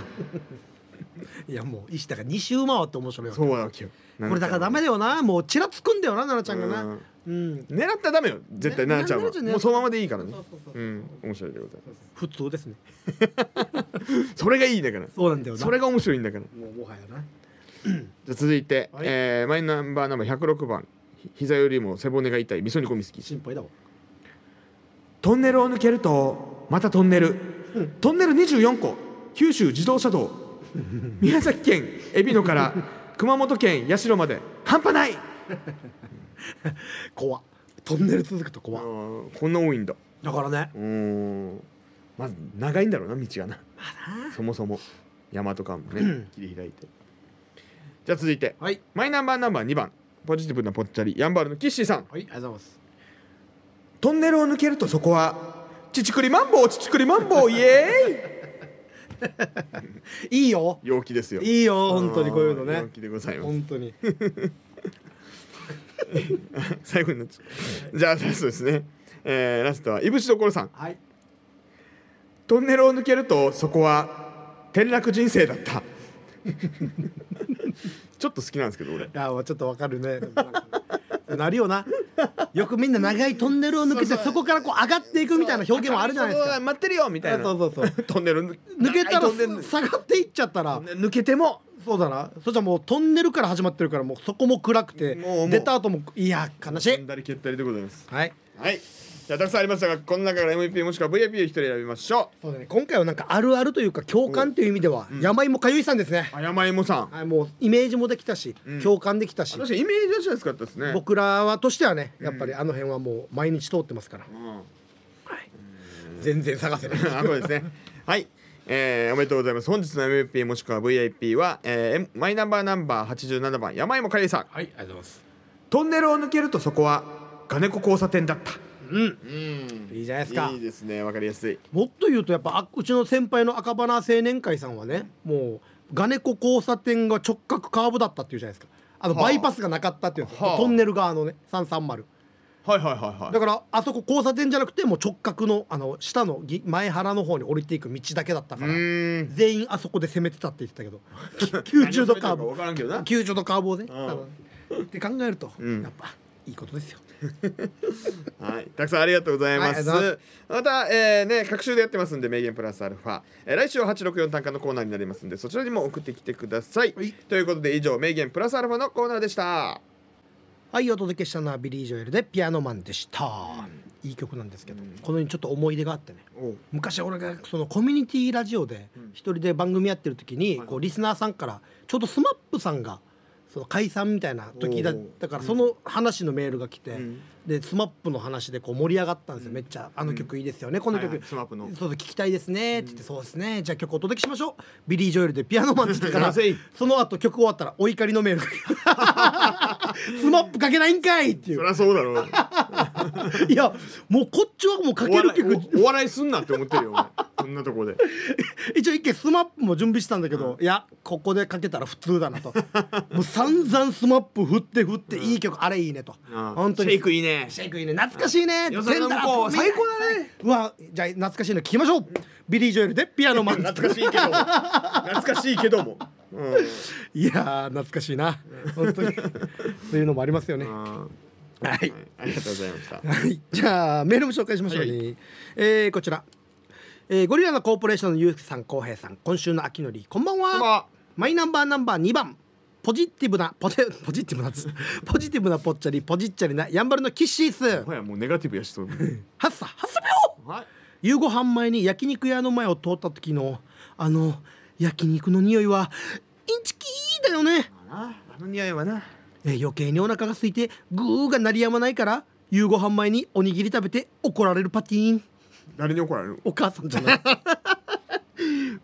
S1: いやもう石田が2周回って面白いよね
S2: そうだわけよ
S1: これだからダメだよなもうちらつくんだよな奈々ちゃんがなうん
S2: 狙ったらダメよ絶対
S1: ね
S2: 奈々ちゃん
S1: 狙っちゃ狙っち
S2: は
S1: ゃ
S2: もうそのままでいいからね
S1: そうそうそう
S2: うん面白いでございます
S1: 普通ですね
S2: それがいいんだから
S1: そうなんだよな
S2: それが面白いんだから
S1: もうもはやな
S2: じゃあ続いて、
S1: はい
S2: えーマイナンバーナンバー106番ひ膝よりも背骨が痛い味噌煮込み好き
S1: 心配だわ
S2: トンネルを抜けるとまたトンネル、トンネル24個九州自動車 道宮崎県海老野から熊本県八代まで半端ない
S1: 怖っトンネル続くと怖っ
S2: こんな多いんだ
S1: だからね
S2: うーんまず長いんだろうな道がなそもそも山とかも ね切り開いてじゃあ続いて
S1: はい
S2: マイナンバーナンバー2番ポジティブなぽっちゃりやんばるのキッシーさん
S1: はいありがとうございます
S2: トンネルを抜けるとそこは乳くりマンボウ乳くりマンボウイエーイ
S1: いいよ
S2: 陽気ですよ
S1: いいよ本当にこういうの
S2: 陽
S1: ね
S2: 気でございます
S1: 本当に
S2: 最後になっちゃうじゃあラストですねえー、ラストはいぶしどころさん
S1: はい
S2: トンネルを抜けるとそこは転落人生だった ちょっと好きなんですけど俺
S1: いやちょっとわかるねなるよなよくみんな長いトンネルを抜けてそこからこう上がっていくみたいな表現はあるじゃないですか
S2: 待ってるよみたいな
S1: そうそうそう
S2: トンネル抜
S1: 抜けたら
S2: トンネル抜
S1: 下がっていっちゃったら
S2: 抜けても
S1: そうだなそしたらもうトンネルから始まってるからもうそこも暗くて
S2: もうもう
S1: 出た後もいや悲し
S2: 踏ん
S1: い
S2: だり蹴ったりでございます
S1: はい
S2: はいじゃあたくさんありましたがこの中から MVP もしくは VIP を一人選びましょ
S1: そうだね今回はなんかあるあるというか共感という意味では山芋かゆいさんですね
S2: う、あやまいもさん
S1: はいもうイメージもできたし、
S2: うん
S1: 共感できたし
S2: 確かにイメージはしやすかったですね
S1: 僕らはとしてはねやっぱりあの辺はもう毎日通ってますから
S2: う、ん
S1: 全然探せない
S2: あそうですねはいえー、おめでとうございます本日の MVP もしくは VIP は、えー M- マイナンバーナンバー87番山芋かりさん
S1: はいありがとうございます
S2: トンネルを抜けるとそこは金子交差点だった
S1: うん
S2: うん
S1: いいじゃないですか
S2: いいですねわかりやすい
S1: もっと言うとやっぱあうちの先輩の赤花青年会さんはねもうガネコ交差点が直角カーブだったっていうじゃないですかあの
S2: はあ
S1: バイパスがなかったっていうんですよ
S2: はあ
S1: トンネル側のね330
S2: はいはいはいはい
S1: だからあそこ交差点じゃなくてもう直角のあの下のぎ前原の方に降りていく道だけだった
S2: う
S1: から
S2: ーん
S1: 全員あそこで攻めてたって言ってた けど90度カー
S2: 何
S1: ブ
S2: を攻めてるか分からんけどな
S1: 90度カーブをね
S2: うん
S1: 多分って考えると、
S2: うん
S1: やっぱいいことですよ
S2: はい、たくさんありがとうございます。
S1: はいありが
S2: また、えーね、各週でやってますんで、名言プラスアルファ。えー来週は864単価のコーナーになりますんで、そちらにも送ってきてください。
S1: はい
S2: ということで、以上、名言プラスアルファのコーナーでした。
S1: はいお届けしたのはビリー・ジョエルで「ピアノマン」でした、いい曲なんですけど、このようにちょっと思い出があってね
S2: お
S1: 昔俺がそのコミュニティラジオで
S2: うん
S1: 一人で番組やってる時に
S2: はい
S1: こうリスナーさんからちょうど SMAP さんがその解散みたいな時だ
S2: お
S1: っ
S2: ー
S1: たからその話のメールが来て
S2: うん
S1: で SMAP の話でこう盛り上がったんですよめっちゃ「あの曲いいですよねこの
S2: はい
S1: 曲
S2: はいスマップの。
S1: そうそう聞きたいですね」って言って「そうですねじゃあ曲お届けしましょう」ビリー・ジョエルで「ピアノマン」って言ってから
S2: な ぜい
S1: その後曲終わったらお怒りの メールが「スマップかけないんかい!」ってい
S2: そうりゃそうだろう。
S1: いやもうこっちはもうか
S2: お
S1: ける
S2: 笑い
S1: 曲
S2: おお笑いすんなって思ってる よ、お前こんなとこで。
S1: 一応一回スマップも準備したんだけど、いやここでかけたら普通だなと もう散々スマップ振って振っていい曲、あれいいねと、
S2: うん
S1: 本当に
S2: シェイクいいね。
S1: シェイクいいね懐かしいね
S2: よそ
S1: テン
S2: の向こう
S1: ダー
S2: 最高だね
S1: うわじゃあ懐かしいの聞きましょうビリー・ジョエルでピアノマン いや
S2: 懐かしいけども。懐かしいけども。うん
S1: ー懐かしいな本当にそういうのもありますよね、は
S2: あ
S1: い
S2: ーはいありがとうございました。
S1: はい、じゃあメールも紹介しましょうね、
S2: は
S1: えーこちら、えーゴリラのコーポレーションのゆうすけさんこうへいさん今週の秋のりこんばんは
S2: こんばんは
S1: マイナンバーナンバー2番ポジティブなポテポジティブなっつポジティブなぽっちゃりポジッチャリなやんばるのキッシース
S2: もはやもうネガティブやしそう。
S1: はっさはっさ秒
S2: はい。
S1: 夕ご飯前に焼肉屋の前を通った時のあの焼肉の匂いはインチキーだよね
S2: まあなあの匂いはな。
S1: え余計にお腹が空いてグーが鳴りやまないから夕ご飯前におにぎり食べて怒られるパティーン
S2: 誰に怒られる
S1: お母さんじゃない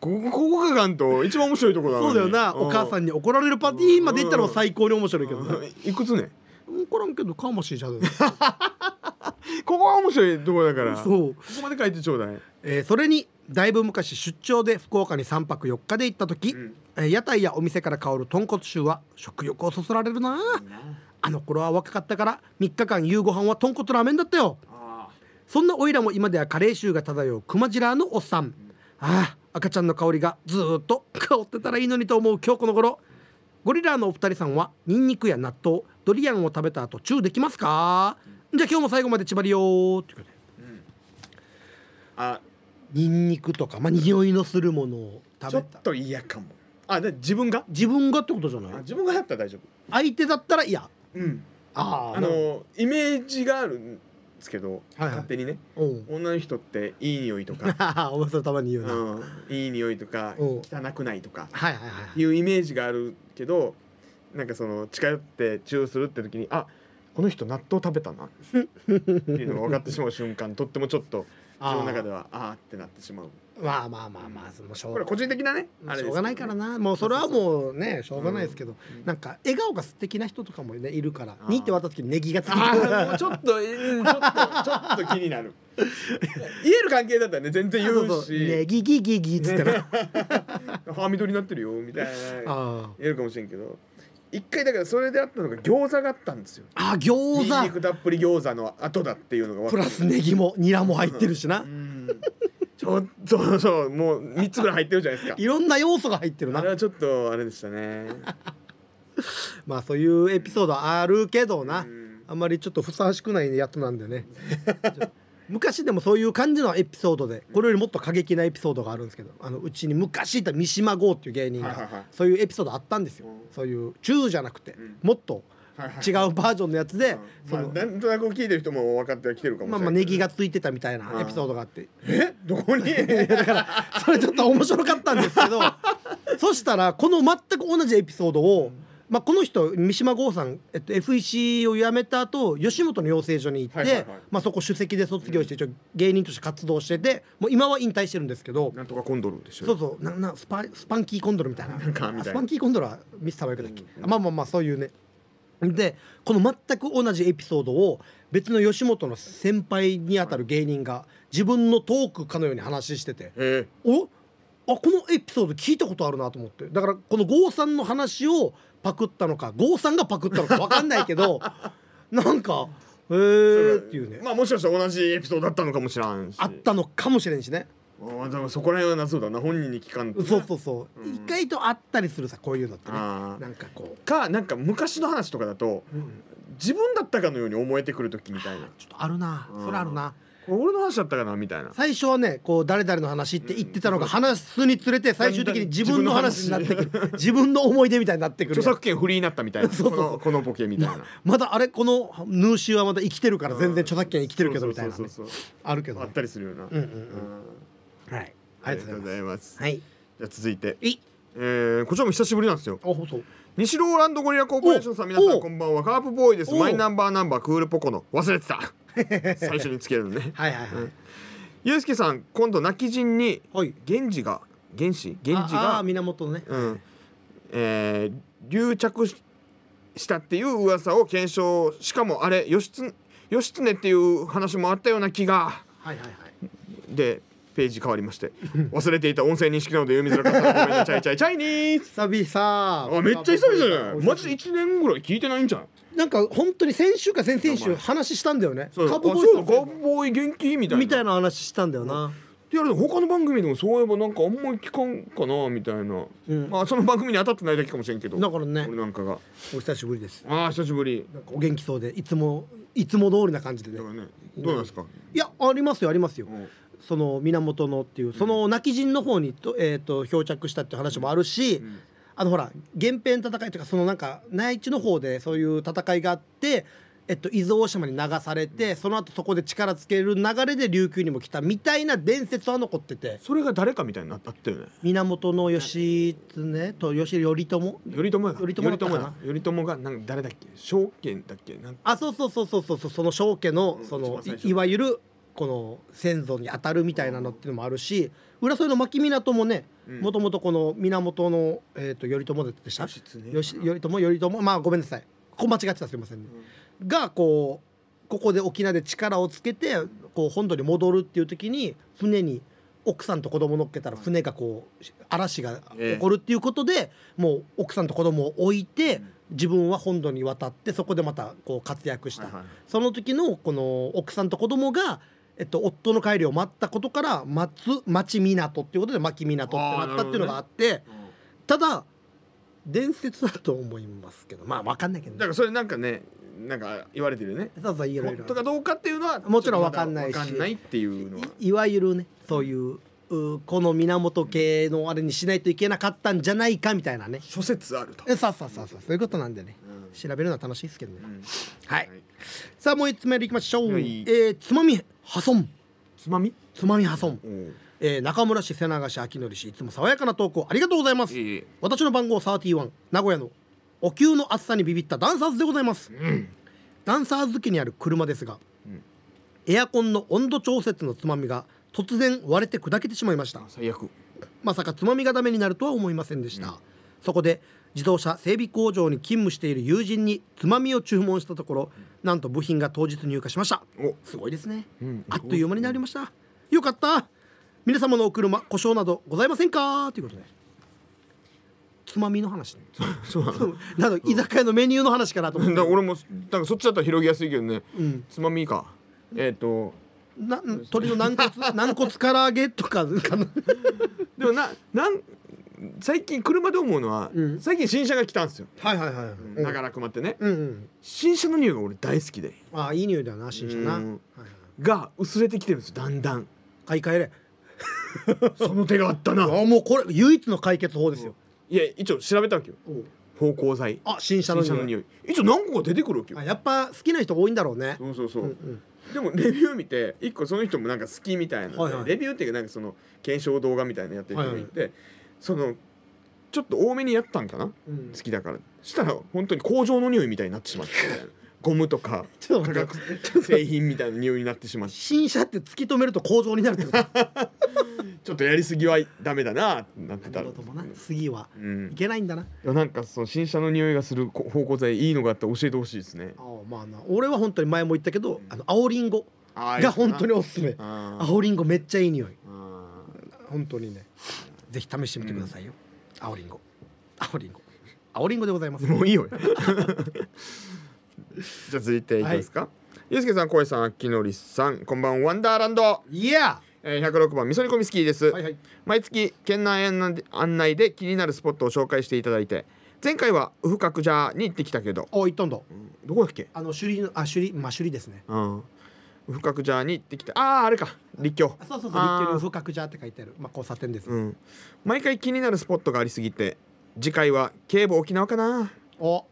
S2: ここここが関東一番面白いとこ だ
S1: そうだよなお母さんに怒られるパティーンまで言ったらもう最高に面白いけどな
S2: にいくつね
S1: 怒らんけどかもしれんじ ゃん
S2: ここは面白いとこだからこ
S1: そう
S2: こまで書いてちょうだい
S1: えーそれにだいぶ昔出張で福岡に3泊4日で行った時、
S2: ん
S1: えー屋台やお店から香る豚骨臭は食欲をそそられるなあの頃は若かったから3日間夕ご飯は豚骨ラーメンだったよそんなおいらも今ではカレー臭が漂うクマジラーのおっさんああ赤ちゃんの香りがずーっと香ってたらいいのにと思う今日この頃ゴリラのお二人さんはニンニクや納豆ドリアンを食べた後チューできますかじゃあ今日も最後まで縛りよーってことで
S2: あ
S1: ニンニクとかまあ匂いのするものを食
S2: ちょ
S1: べ
S2: ったと嫌かもあで自分が
S1: 自分がってことじゃ
S2: あ
S1: ない
S2: 自分がだったら大丈夫
S1: 相手だったらいや
S2: うん
S1: あ
S2: あのイメージがあるんですけど
S1: はいはい
S2: 勝手にね
S1: うん
S2: 女の人っていい匂いとか
S1: お前それたま に言うな、
S2: うんいい匂いとか
S1: うん
S2: 汚くないとか
S1: はいはいは
S2: っていうイメージがあるけどなんかその近寄ってチューするって時にあこの人納豆食べたなっていうのが分かってしまう瞬間とってもちょっと
S1: あー
S2: 自分の中ではあーってなってしまう
S1: いまあまあまあまあそのしょ
S2: これ
S1: う
S2: 個人的なねあ
S1: し
S2: れです
S1: ょうがないから
S2: な
S1: なもうそれはもうねしょうがないですけど、
S2: ん
S1: なんか笑顔が素敵な人とかもねいるから
S2: あー
S1: にって渡った時にネギがつく
S2: あーもうちょっとうんちょっとちょっと気に なる言える関係だったらね全然言
S1: そう
S2: う
S1: そうネ
S2: し
S1: ギギギギっつって な
S2: 歯緑になってるよみたいな
S1: あー
S2: 言えるかもしれんけど一回だからそれであったのが餃子があったんですよ
S1: あー
S2: ニンニ
S1: 餃
S2: ク
S1: 子
S2: たっぷり餃子の後だっていうのが分か
S1: プ
S2: っ
S1: ラスネギもニラも入ってるしな、
S2: うんちょそうそうもう三つぐらい入ってるじゃないです
S1: い
S2: か。
S1: ろんな要素が入ってる
S2: あ
S1: な
S2: れはちょっとあれでしたね。
S1: まあそういうエピソードあるけどな、
S2: うん
S1: あんまりちょっとふさわしくないやつなんでね 昔でもそういう感じのエピソードでこれよりもっと過激なエピソードがあるんですけどあのうちに昔いた三島剛っていう芸人
S2: はいはいはい
S1: がそういうエピソードあったんですよ
S2: うん
S1: そういうチューじゃなくて
S2: ん
S1: もっと
S2: はいはい
S1: 違うバージョンのやつで そ
S2: まあ、
S1: の
S2: なんとなく聞いてる人も分かってきてるかもし
S1: まあ
S2: れ
S1: ま
S2: な
S1: あ
S2: い。
S1: ネギがついてたみたいなエピソードがあって
S2: えど こに
S1: だからそれちょっと面白かったんですけ どそしたらこの全く同じエピソードを、まあ、この人三島剛さん、えっと、FEC を辞めた後吉本の養成所に行って、
S2: はいはいはい
S1: まあ、そこ首席で卒業して一応芸人として活動しててもう今は引退してるんですけど。
S2: なんとかコンドルでしょ。
S1: そうそうななスパスパンキーコンドルみたいな
S2: なんかみたいな
S1: スパンキーコンドルはミスターバイクだっけ、まあまあまあそういうねでこの全く同じエピソードを別の吉本の先輩にあたる芸人が自分のトークかのように話してて
S2: へえ
S1: おあこのエピソード聞いたことあるなと思ってだからこの郷さんの 話をパクったのか郷さんがパクったのか分かんないけどなんかへーっていうね
S2: まあもしかしたら同じエピソードだったのかもしらんし
S1: あったのかもしれんしね
S2: あでもそこら辺は謎だな本人に聞かんと
S1: そうそうそう、
S2: うん
S1: 意外とあったりするさこういうのってね
S2: あー
S1: なんかこ
S2: かなんか昔の話とかだと
S1: う、うん
S2: 自分だったかのように思えてくる時みたいな
S1: ちょっとあるな、
S2: うん
S1: それあるな
S2: これ俺の話だったかなみたいな
S1: 最初はねこう誰々の話って言ってたのが話すにつれて最終的に自分の話になってくる自分の思い出みたいになってくる
S2: 著作権フリーになったみたい な
S1: そうそうそう
S2: このこのボケみたいな
S1: まだあれこのヌーシーはまだ生きてるから全然著作権生きてるけど
S2: そう
S1: み
S2: そ
S1: たいうなね
S2: そうそう
S1: あるけど
S2: あ
S1: ね
S2: ったりするよな、
S1: うんうんうん
S2: うん
S1: はいありがとうございます
S2: います
S1: はい
S2: じゃあ続いて、
S1: い
S2: えー、こちらも久しぶりなんですよ
S1: あ放送
S2: 西ローランドゴリラコーポレーションさん皆さ
S1: お
S2: んこんばんはカープボーイです
S1: お
S2: マイナンバーナンバークールポコの忘れ てた最初につけるのね
S1: はいはいはい、
S2: うんゆうすけさん今度泣き陣に
S1: はい
S2: 源氏が源氏源氏
S1: ああ
S2: が
S1: ー源のね
S2: うんえー、流着ししたっていう噂を検証しかもあれ義経義経っていう話もあったような気が
S1: はいはいはい
S2: でページ変わりま して忘れていた音声認識なので読みづらかったらごめんなチャイチャイチャイニーズ
S1: 久々
S2: あめっちゃ久々じゃないマジで1年ぐらい聞いてないんじゃん
S1: なんか本当に先週か先々週話したんだよねカ
S2: そう
S1: ープボ
S2: あそうだカ
S1: ー
S2: ープボーイ元気みたい
S1: イ
S2: な
S1: みたいな話したんだよな、
S2: いやでも他の番組でもそういえばなんかあんまり聞かんかなみたいな、
S1: うん
S2: まあその番組に当たってないだけかもしれんけど
S1: だからね
S2: 俺なんかが
S1: お久しぶりです
S2: ああ久しぶり
S1: なんかお元気そうでいつもいつも通りな感じで
S2: だか
S1: ね
S2: らねどうなんですか、
S1: いやありますよありますよ
S2: うん
S1: その源のっていうその泣き陣の方にと,、えー、と漂着したっていう話もあるし、
S2: ん
S1: あのほら源平の戦いとかそのなんか内地の方でそういう戦いがあって、えっと、伊豆大島に流されて、その後そこで力つける流れで琉球にも来たみたいな伝説は残ってて
S2: それが誰かみたいになったってよね
S1: 源の義経と義頼朝
S2: 頼朝が
S1: 頼朝だったかな
S2: だ頼朝がなんか誰だっけ証券だっけなん
S1: あそうそうそうそうそうそうその正家の
S2: うん
S1: そ
S2: 一
S1: の
S2: 番最初
S1: いいわゆるこの先祖に当たるみたいなのっていうのもあるし浦添の牧港もね
S2: うん
S1: もともとこの源の、えー、と頼朝でした
S2: 義経
S1: よし頼朝頼朝まあごめんなさいここ間違ってたすいませんね、がこうここで沖縄で力をつけてこう本土に戻るっていう時に船に奥さんと子供乗っけたら船がこう嵐が起こるっていうことで、もう奥さんと子供を置いて
S2: うん
S1: 自分は本土に渡ってそこでまたこう活躍した、
S2: はいはい
S1: その時のこの奥さんと子供がえっと、夫の帰りを待ったことから松町港っていうことで牧港ってなったっていうのがあってただ伝説だと思いますけどまあわかんないけ
S2: うん
S1: ど
S2: だ
S1: ね
S2: からそれなんかねなんか言われてるよね
S1: そうそういろい
S2: 本
S1: ろ
S2: 当かどうかっていうのは
S1: もちろんわかんないし
S2: わかんないっていうのはい
S1: いわゆるねそういううこの源系のあれにしないといけなかったんじゃないかみたいなね
S2: 諸説あると、
S1: えさあさあさあさあそういうことなんでね
S2: うん
S1: 調べるのは楽しいですけどね、
S2: うん
S1: はいさあもう一つメールいきましょう、
S2: はい
S1: えーつまみ破損
S2: つまみ
S1: つまみ破損、
S2: うん
S1: えー中村市瀬長市秋典市いつも爽やかな投稿ありがとうございます
S2: いい
S1: 私の番号31名古屋のお給の厚さにビビったダンサーズでございます、ダンサーズ家にある車ですが、
S2: うん
S1: エアコンの温度調節のつまみが突然割れて砕けてしまいました
S2: 最悪
S1: まさかつまみがダメになるとは思いませんでした、そこで自動車整備工場に勤務している友人につまみを注文したところなんと部品が当日入荷しました
S2: お
S1: すごいですね、
S2: うん
S1: あっという間になりましたよかった皆様のお車故障などございませんかということでつまみの話ね
S2: そうなの
S1: そう など居酒屋のメニューの話かなと思っ
S2: だ
S1: て
S2: から俺もなんかそっちだったら広げやすいけどね、
S1: ん
S2: つまみかえっ、と
S1: な鶏の軟骨 軟骨唐揚げとかかな
S2: でもななん最近車で思うのは、
S1: うん
S2: 最近新車が来たんですよ
S1: はいはいはい
S2: だから困ってね、
S1: うんうん
S2: 新車の匂いが俺大好きで
S1: ああいい匂いだよな新車な、は
S2: う
S1: い
S2: ん
S1: はい
S2: が薄れてきてるんですよだんだん
S1: 買い替えれ
S2: その手があった
S1: あ
S2: な
S1: あもうこれ唯一の解決法ですよ、
S2: いや一応調べたわけよ
S1: おう
S2: 芳香剤
S1: あ新車の
S2: 新
S1: 匂
S2: 車
S1: い
S2: の匂い一応何個か出てくるわけよ
S1: あやっぱ好きな人多いんだろうね
S2: そうそうそう、
S1: うんうん
S2: でもレビュー見て一個その人もなんか好きみたいなので、
S1: はいはい
S2: レビューっていうかなんかその検証動画みたいなのやってる人がいて、そのちょっと多めにやったんかな、
S1: うん
S2: 好きだからしたら本当に工場の匂いみたいになって しまってゴムと か
S1: ちょっ
S2: 化
S1: と待って
S2: 学製品みたいな匂いになってしまって
S1: 新車って突き止めると工場になるってこと
S2: ちょっとやりすぎはダメだなってなってた
S1: 何
S2: ら
S1: 事もな次は
S2: うん
S1: いけないんだない
S2: やなんかその新車の匂いがするこ芳香剤いいのがあったら教えてほしいですね
S1: ああまあな俺は本当に前も言ったけどあの青りんごが本当におすすめ
S2: あー
S1: 青りんごめっちゃいい匂い
S2: あー
S1: 本当にねぜひ試してみてくださいよ、青りんご青りんご青りんごでございます
S2: もういいよじゃあ続いていきますか、ゆうすけさん、こえさん、あきのりさん、こんばんは、ワンダーランド。
S1: いや
S2: えー、106番、みそ煮込み好きです。
S1: はいはい
S2: 毎月、県内案内で気になるスポットを紹介していただいて、前回は、ウフカクジャーに行ってきたけど、
S1: おいっとんど
S2: どこだっけ
S1: あの首里のあ首里まあ首里ですね
S2: うん。ウフカクジャーに行ってきた。ああ、あれか、立教
S1: あ。そうそうそう
S2: あー
S1: 立教の不覚じゃって書いてあるまあ交差点です、
S2: うん。毎回気になるスポットがありすぎて、次回は、警部沖縄かな。
S1: お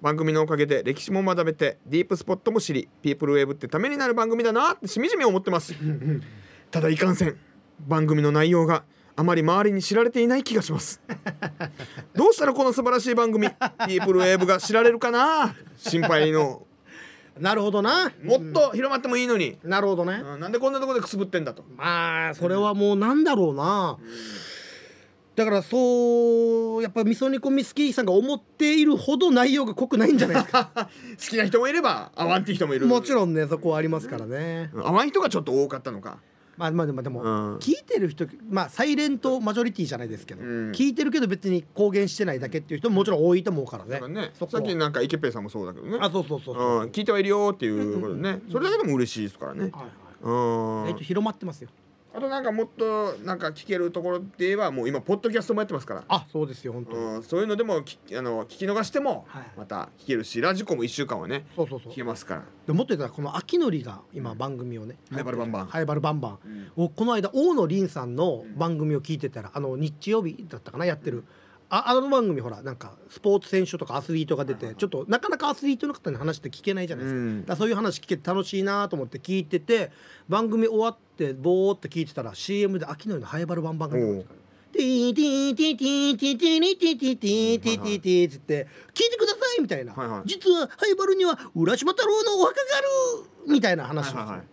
S2: 番組のおかげで歴史も学べてディープスポットも知りピープルウェーブってためになる番組だなってしみじみ思って ますただいかんせん番組の内容があまり周りに知られていない気がしますどうしたらこの素晴らしい番組ピープルウェーブが知られるかな心配の
S1: なるほどな
S2: もっと広まってもいいのに、
S1: なるほどね、
S2: うんなんでこんなところでくすぶってんだ と
S1: まあそれはもうなんだろうな、だからそうやっぱ味噌煮込み好きさんが思っているほど内容が濃くないんじゃないですか
S2: 好き な人もいれば合わんって人もいる
S1: もち
S2: ろ
S1: ろんねそこはありますからね、
S2: ん合わん人がちょっと多かったのか
S1: まあまあでもでも、
S2: うん
S1: 聞いてる人まあサイレントマジョリティじゃないですけど、
S2: うん
S1: 聞いてるけど別に公言してないだけっていう人ももちろん多いと思うからね
S2: だからね
S1: そこ
S2: さ
S1: は
S2: っきなんか池ペイさんもそうだけどね
S1: あそうそうそうそう、
S2: うん、聞いてはいるよっていうことね、それだけでも嬉しいですからね。
S1: はいはい
S2: うん、
S1: 意外と広まってますよ
S2: あとなんかもっとなんか聞けるところって言えばもう今ポッドキャストもやってますから、
S1: あそうですよ本当に、
S2: うん、そういうのでもきあの聞き逃しても
S1: はい
S2: また聞けるし、ラジコも1週間はね
S1: そうそうそう
S2: 聞けますから
S1: でもっと言ったらこの秋のりが今番組をね
S2: ハイバルバンバン
S1: ハイバルバンバン、おこの間大野凛さんの番組を聞いてたらあの日曜日だったかなやってる、ああの番組ほらなんかスポーツ選手とかアスリートが出てちょっとなかなかアスリートの方に話って聞けないじゃないですか,、
S2: うん
S1: だからそういう話聞けて楽しいなと思って聞いてて番組終わってぼーって聞いてたら CM で秋のりのハイバルバンバンが出てくるんですからティーティーティーティーティーティーティーティーティーティーティーティーって言って聞いてくださいみたいな、
S2: はいはい
S1: 実はハイバルには浦島太郎のお墓があるみたいな話なんですよ、
S2: はいはいはい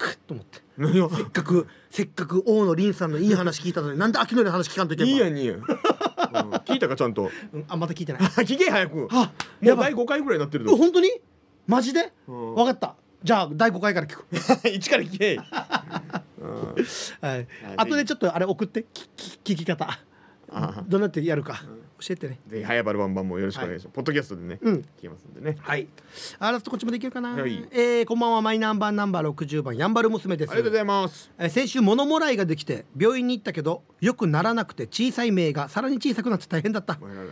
S1: クッと思って
S2: 何を
S1: せっかくせっかく大野凛さんのいい話聞いたのになんで秋野の話聞かんといけ
S2: いいや
S1: ん
S2: んいいやん、うん聞いたかちゃ んと
S1: うんあまた聞いてない
S2: 聞け早く
S1: あ
S2: も
S1: や
S2: う
S1: ばい
S2: 第5回ぐらいになってる
S1: うん
S2: ぞ
S1: 本当にマジで
S2: うん
S1: 分かったじゃあ第5回から聞く
S2: 一から聞 け、うん
S1: はいあとでちょっとあれ送ってきき聞き方
S2: あ
S1: どうなってやるか教えてね
S2: ぜひハイバルバンバンもよろしくお願いします、ポッドキャストでね、
S1: うん
S2: 聞けますんでね
S1: はいあラストこっちもできるかな、
S2: はい
S1: えーこんばんはマイナンバーナンバー60番やんばる娘です
S2: ありがとうございます。
S1: えー先週物もらいができて病院に行ったけどよくならなくて小さい目がさらに小さくなって大変だった、えー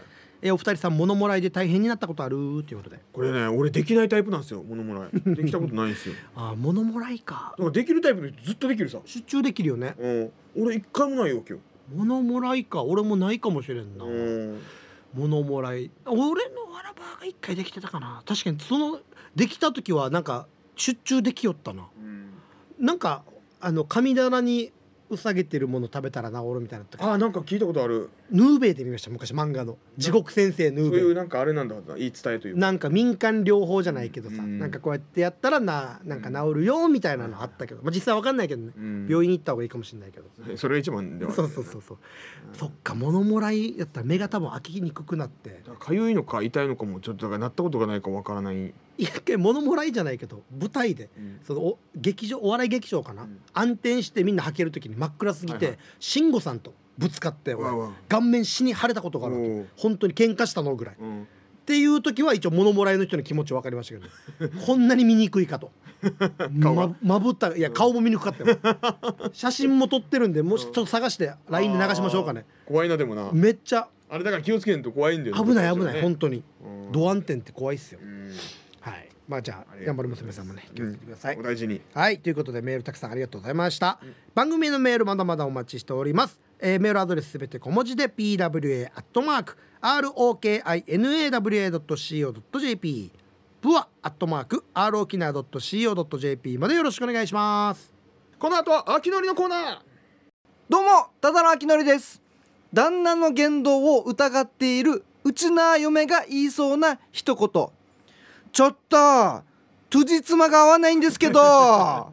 S1: お二人さん物もらいで大変になったことあるということで
S2: これね、俺できないタイプなんですよ。物もらい。できたことない んですよ。だ
S1: ああ物もらいか
S2: からできるタイプの人ずっとできるさ。
S1: 出張できるよね
S2: うん。俺一回もないよ今日。
S1: 物もらいか俺もないかもしれんな、
S2: うん。
S1: 物もらい俺のわらばが一回できてたかな確かにそのできた時はなんか出張できよったななんかあの神棚にうさげてるもの食べたら治るみたいなとか
S2: あ、なんか聞いたことある。
S1: ヌーベイで見ました昔漫画の地獄先生ヌ
S2: そう
S1: ーベイ
S2: いうなんかあれなんだな言い伝えというか。
S1: なんか民間療法じゃないけどさ、
S2: うん
S1: なんかこうやってやったらななんか治るよみたいなのあったけど、まあ、実際わかんないけどね、
S2: うん
S1: 病院に行った方がいいかもしれないけど、
S2: それが一番では。
S1: そうそうそうそう、そっか物もらいやったら目が多分開きにくくなって
S2: だから痒いのか痛いのかもちょっとだからなったことがないかわからない。
S1: 一回物もらいじゃないけど舞台でそのお劇場お笑い劇場かな、
S2: うん
S1: 暗転してみんな履ける時に真っ暗すぎて、
S2: はいは
S1: 慎吾さんとぶつかって
S2: わあ
S1: 俺
S2: わあ
S1: 顔面死に腫れたことがあるわ
S2: お
S1: け
S2: う
S1: 本当に喧嘩したのぐらい、っ
S2: うん。
S1: ていう時は一応物もらいの人の気持ち分かりましたけ どこんなに見にくいかと
S2: 顔が
S1: ままぶったいや顔も見にくかったよ 写真も撮ってるんでもうちょっと探して LINE で流しましょうかね
S2: 怖いなでもな。
S1: めっちゃ
S2: あれだから気をつけんと怖いんだよね。
S1: 危ない危ない
S2: うん
S1: 本当にドアンテンって怖いっすよ
S2: うん
S1: はいまあじゃあ
S2: りがとうございます
S1: 頑張る娘さんもね気をつけてください、
S2: お大事に。
S1: はいということでメールたくさんありがとうございました、番組へのメールまだまだお待ちしております、えーメールアドレスすべて小文字で pwa.rokinawa.co.jp プアアットマーク rokina.co.jp までよろしくお願いします
S2: この後は秋のりのコーナー。
S3: どうもただのあきのりです旦那の言動を疑っているうちな嫁が言いそうな一言ちょっと辻褄が合わないんですけど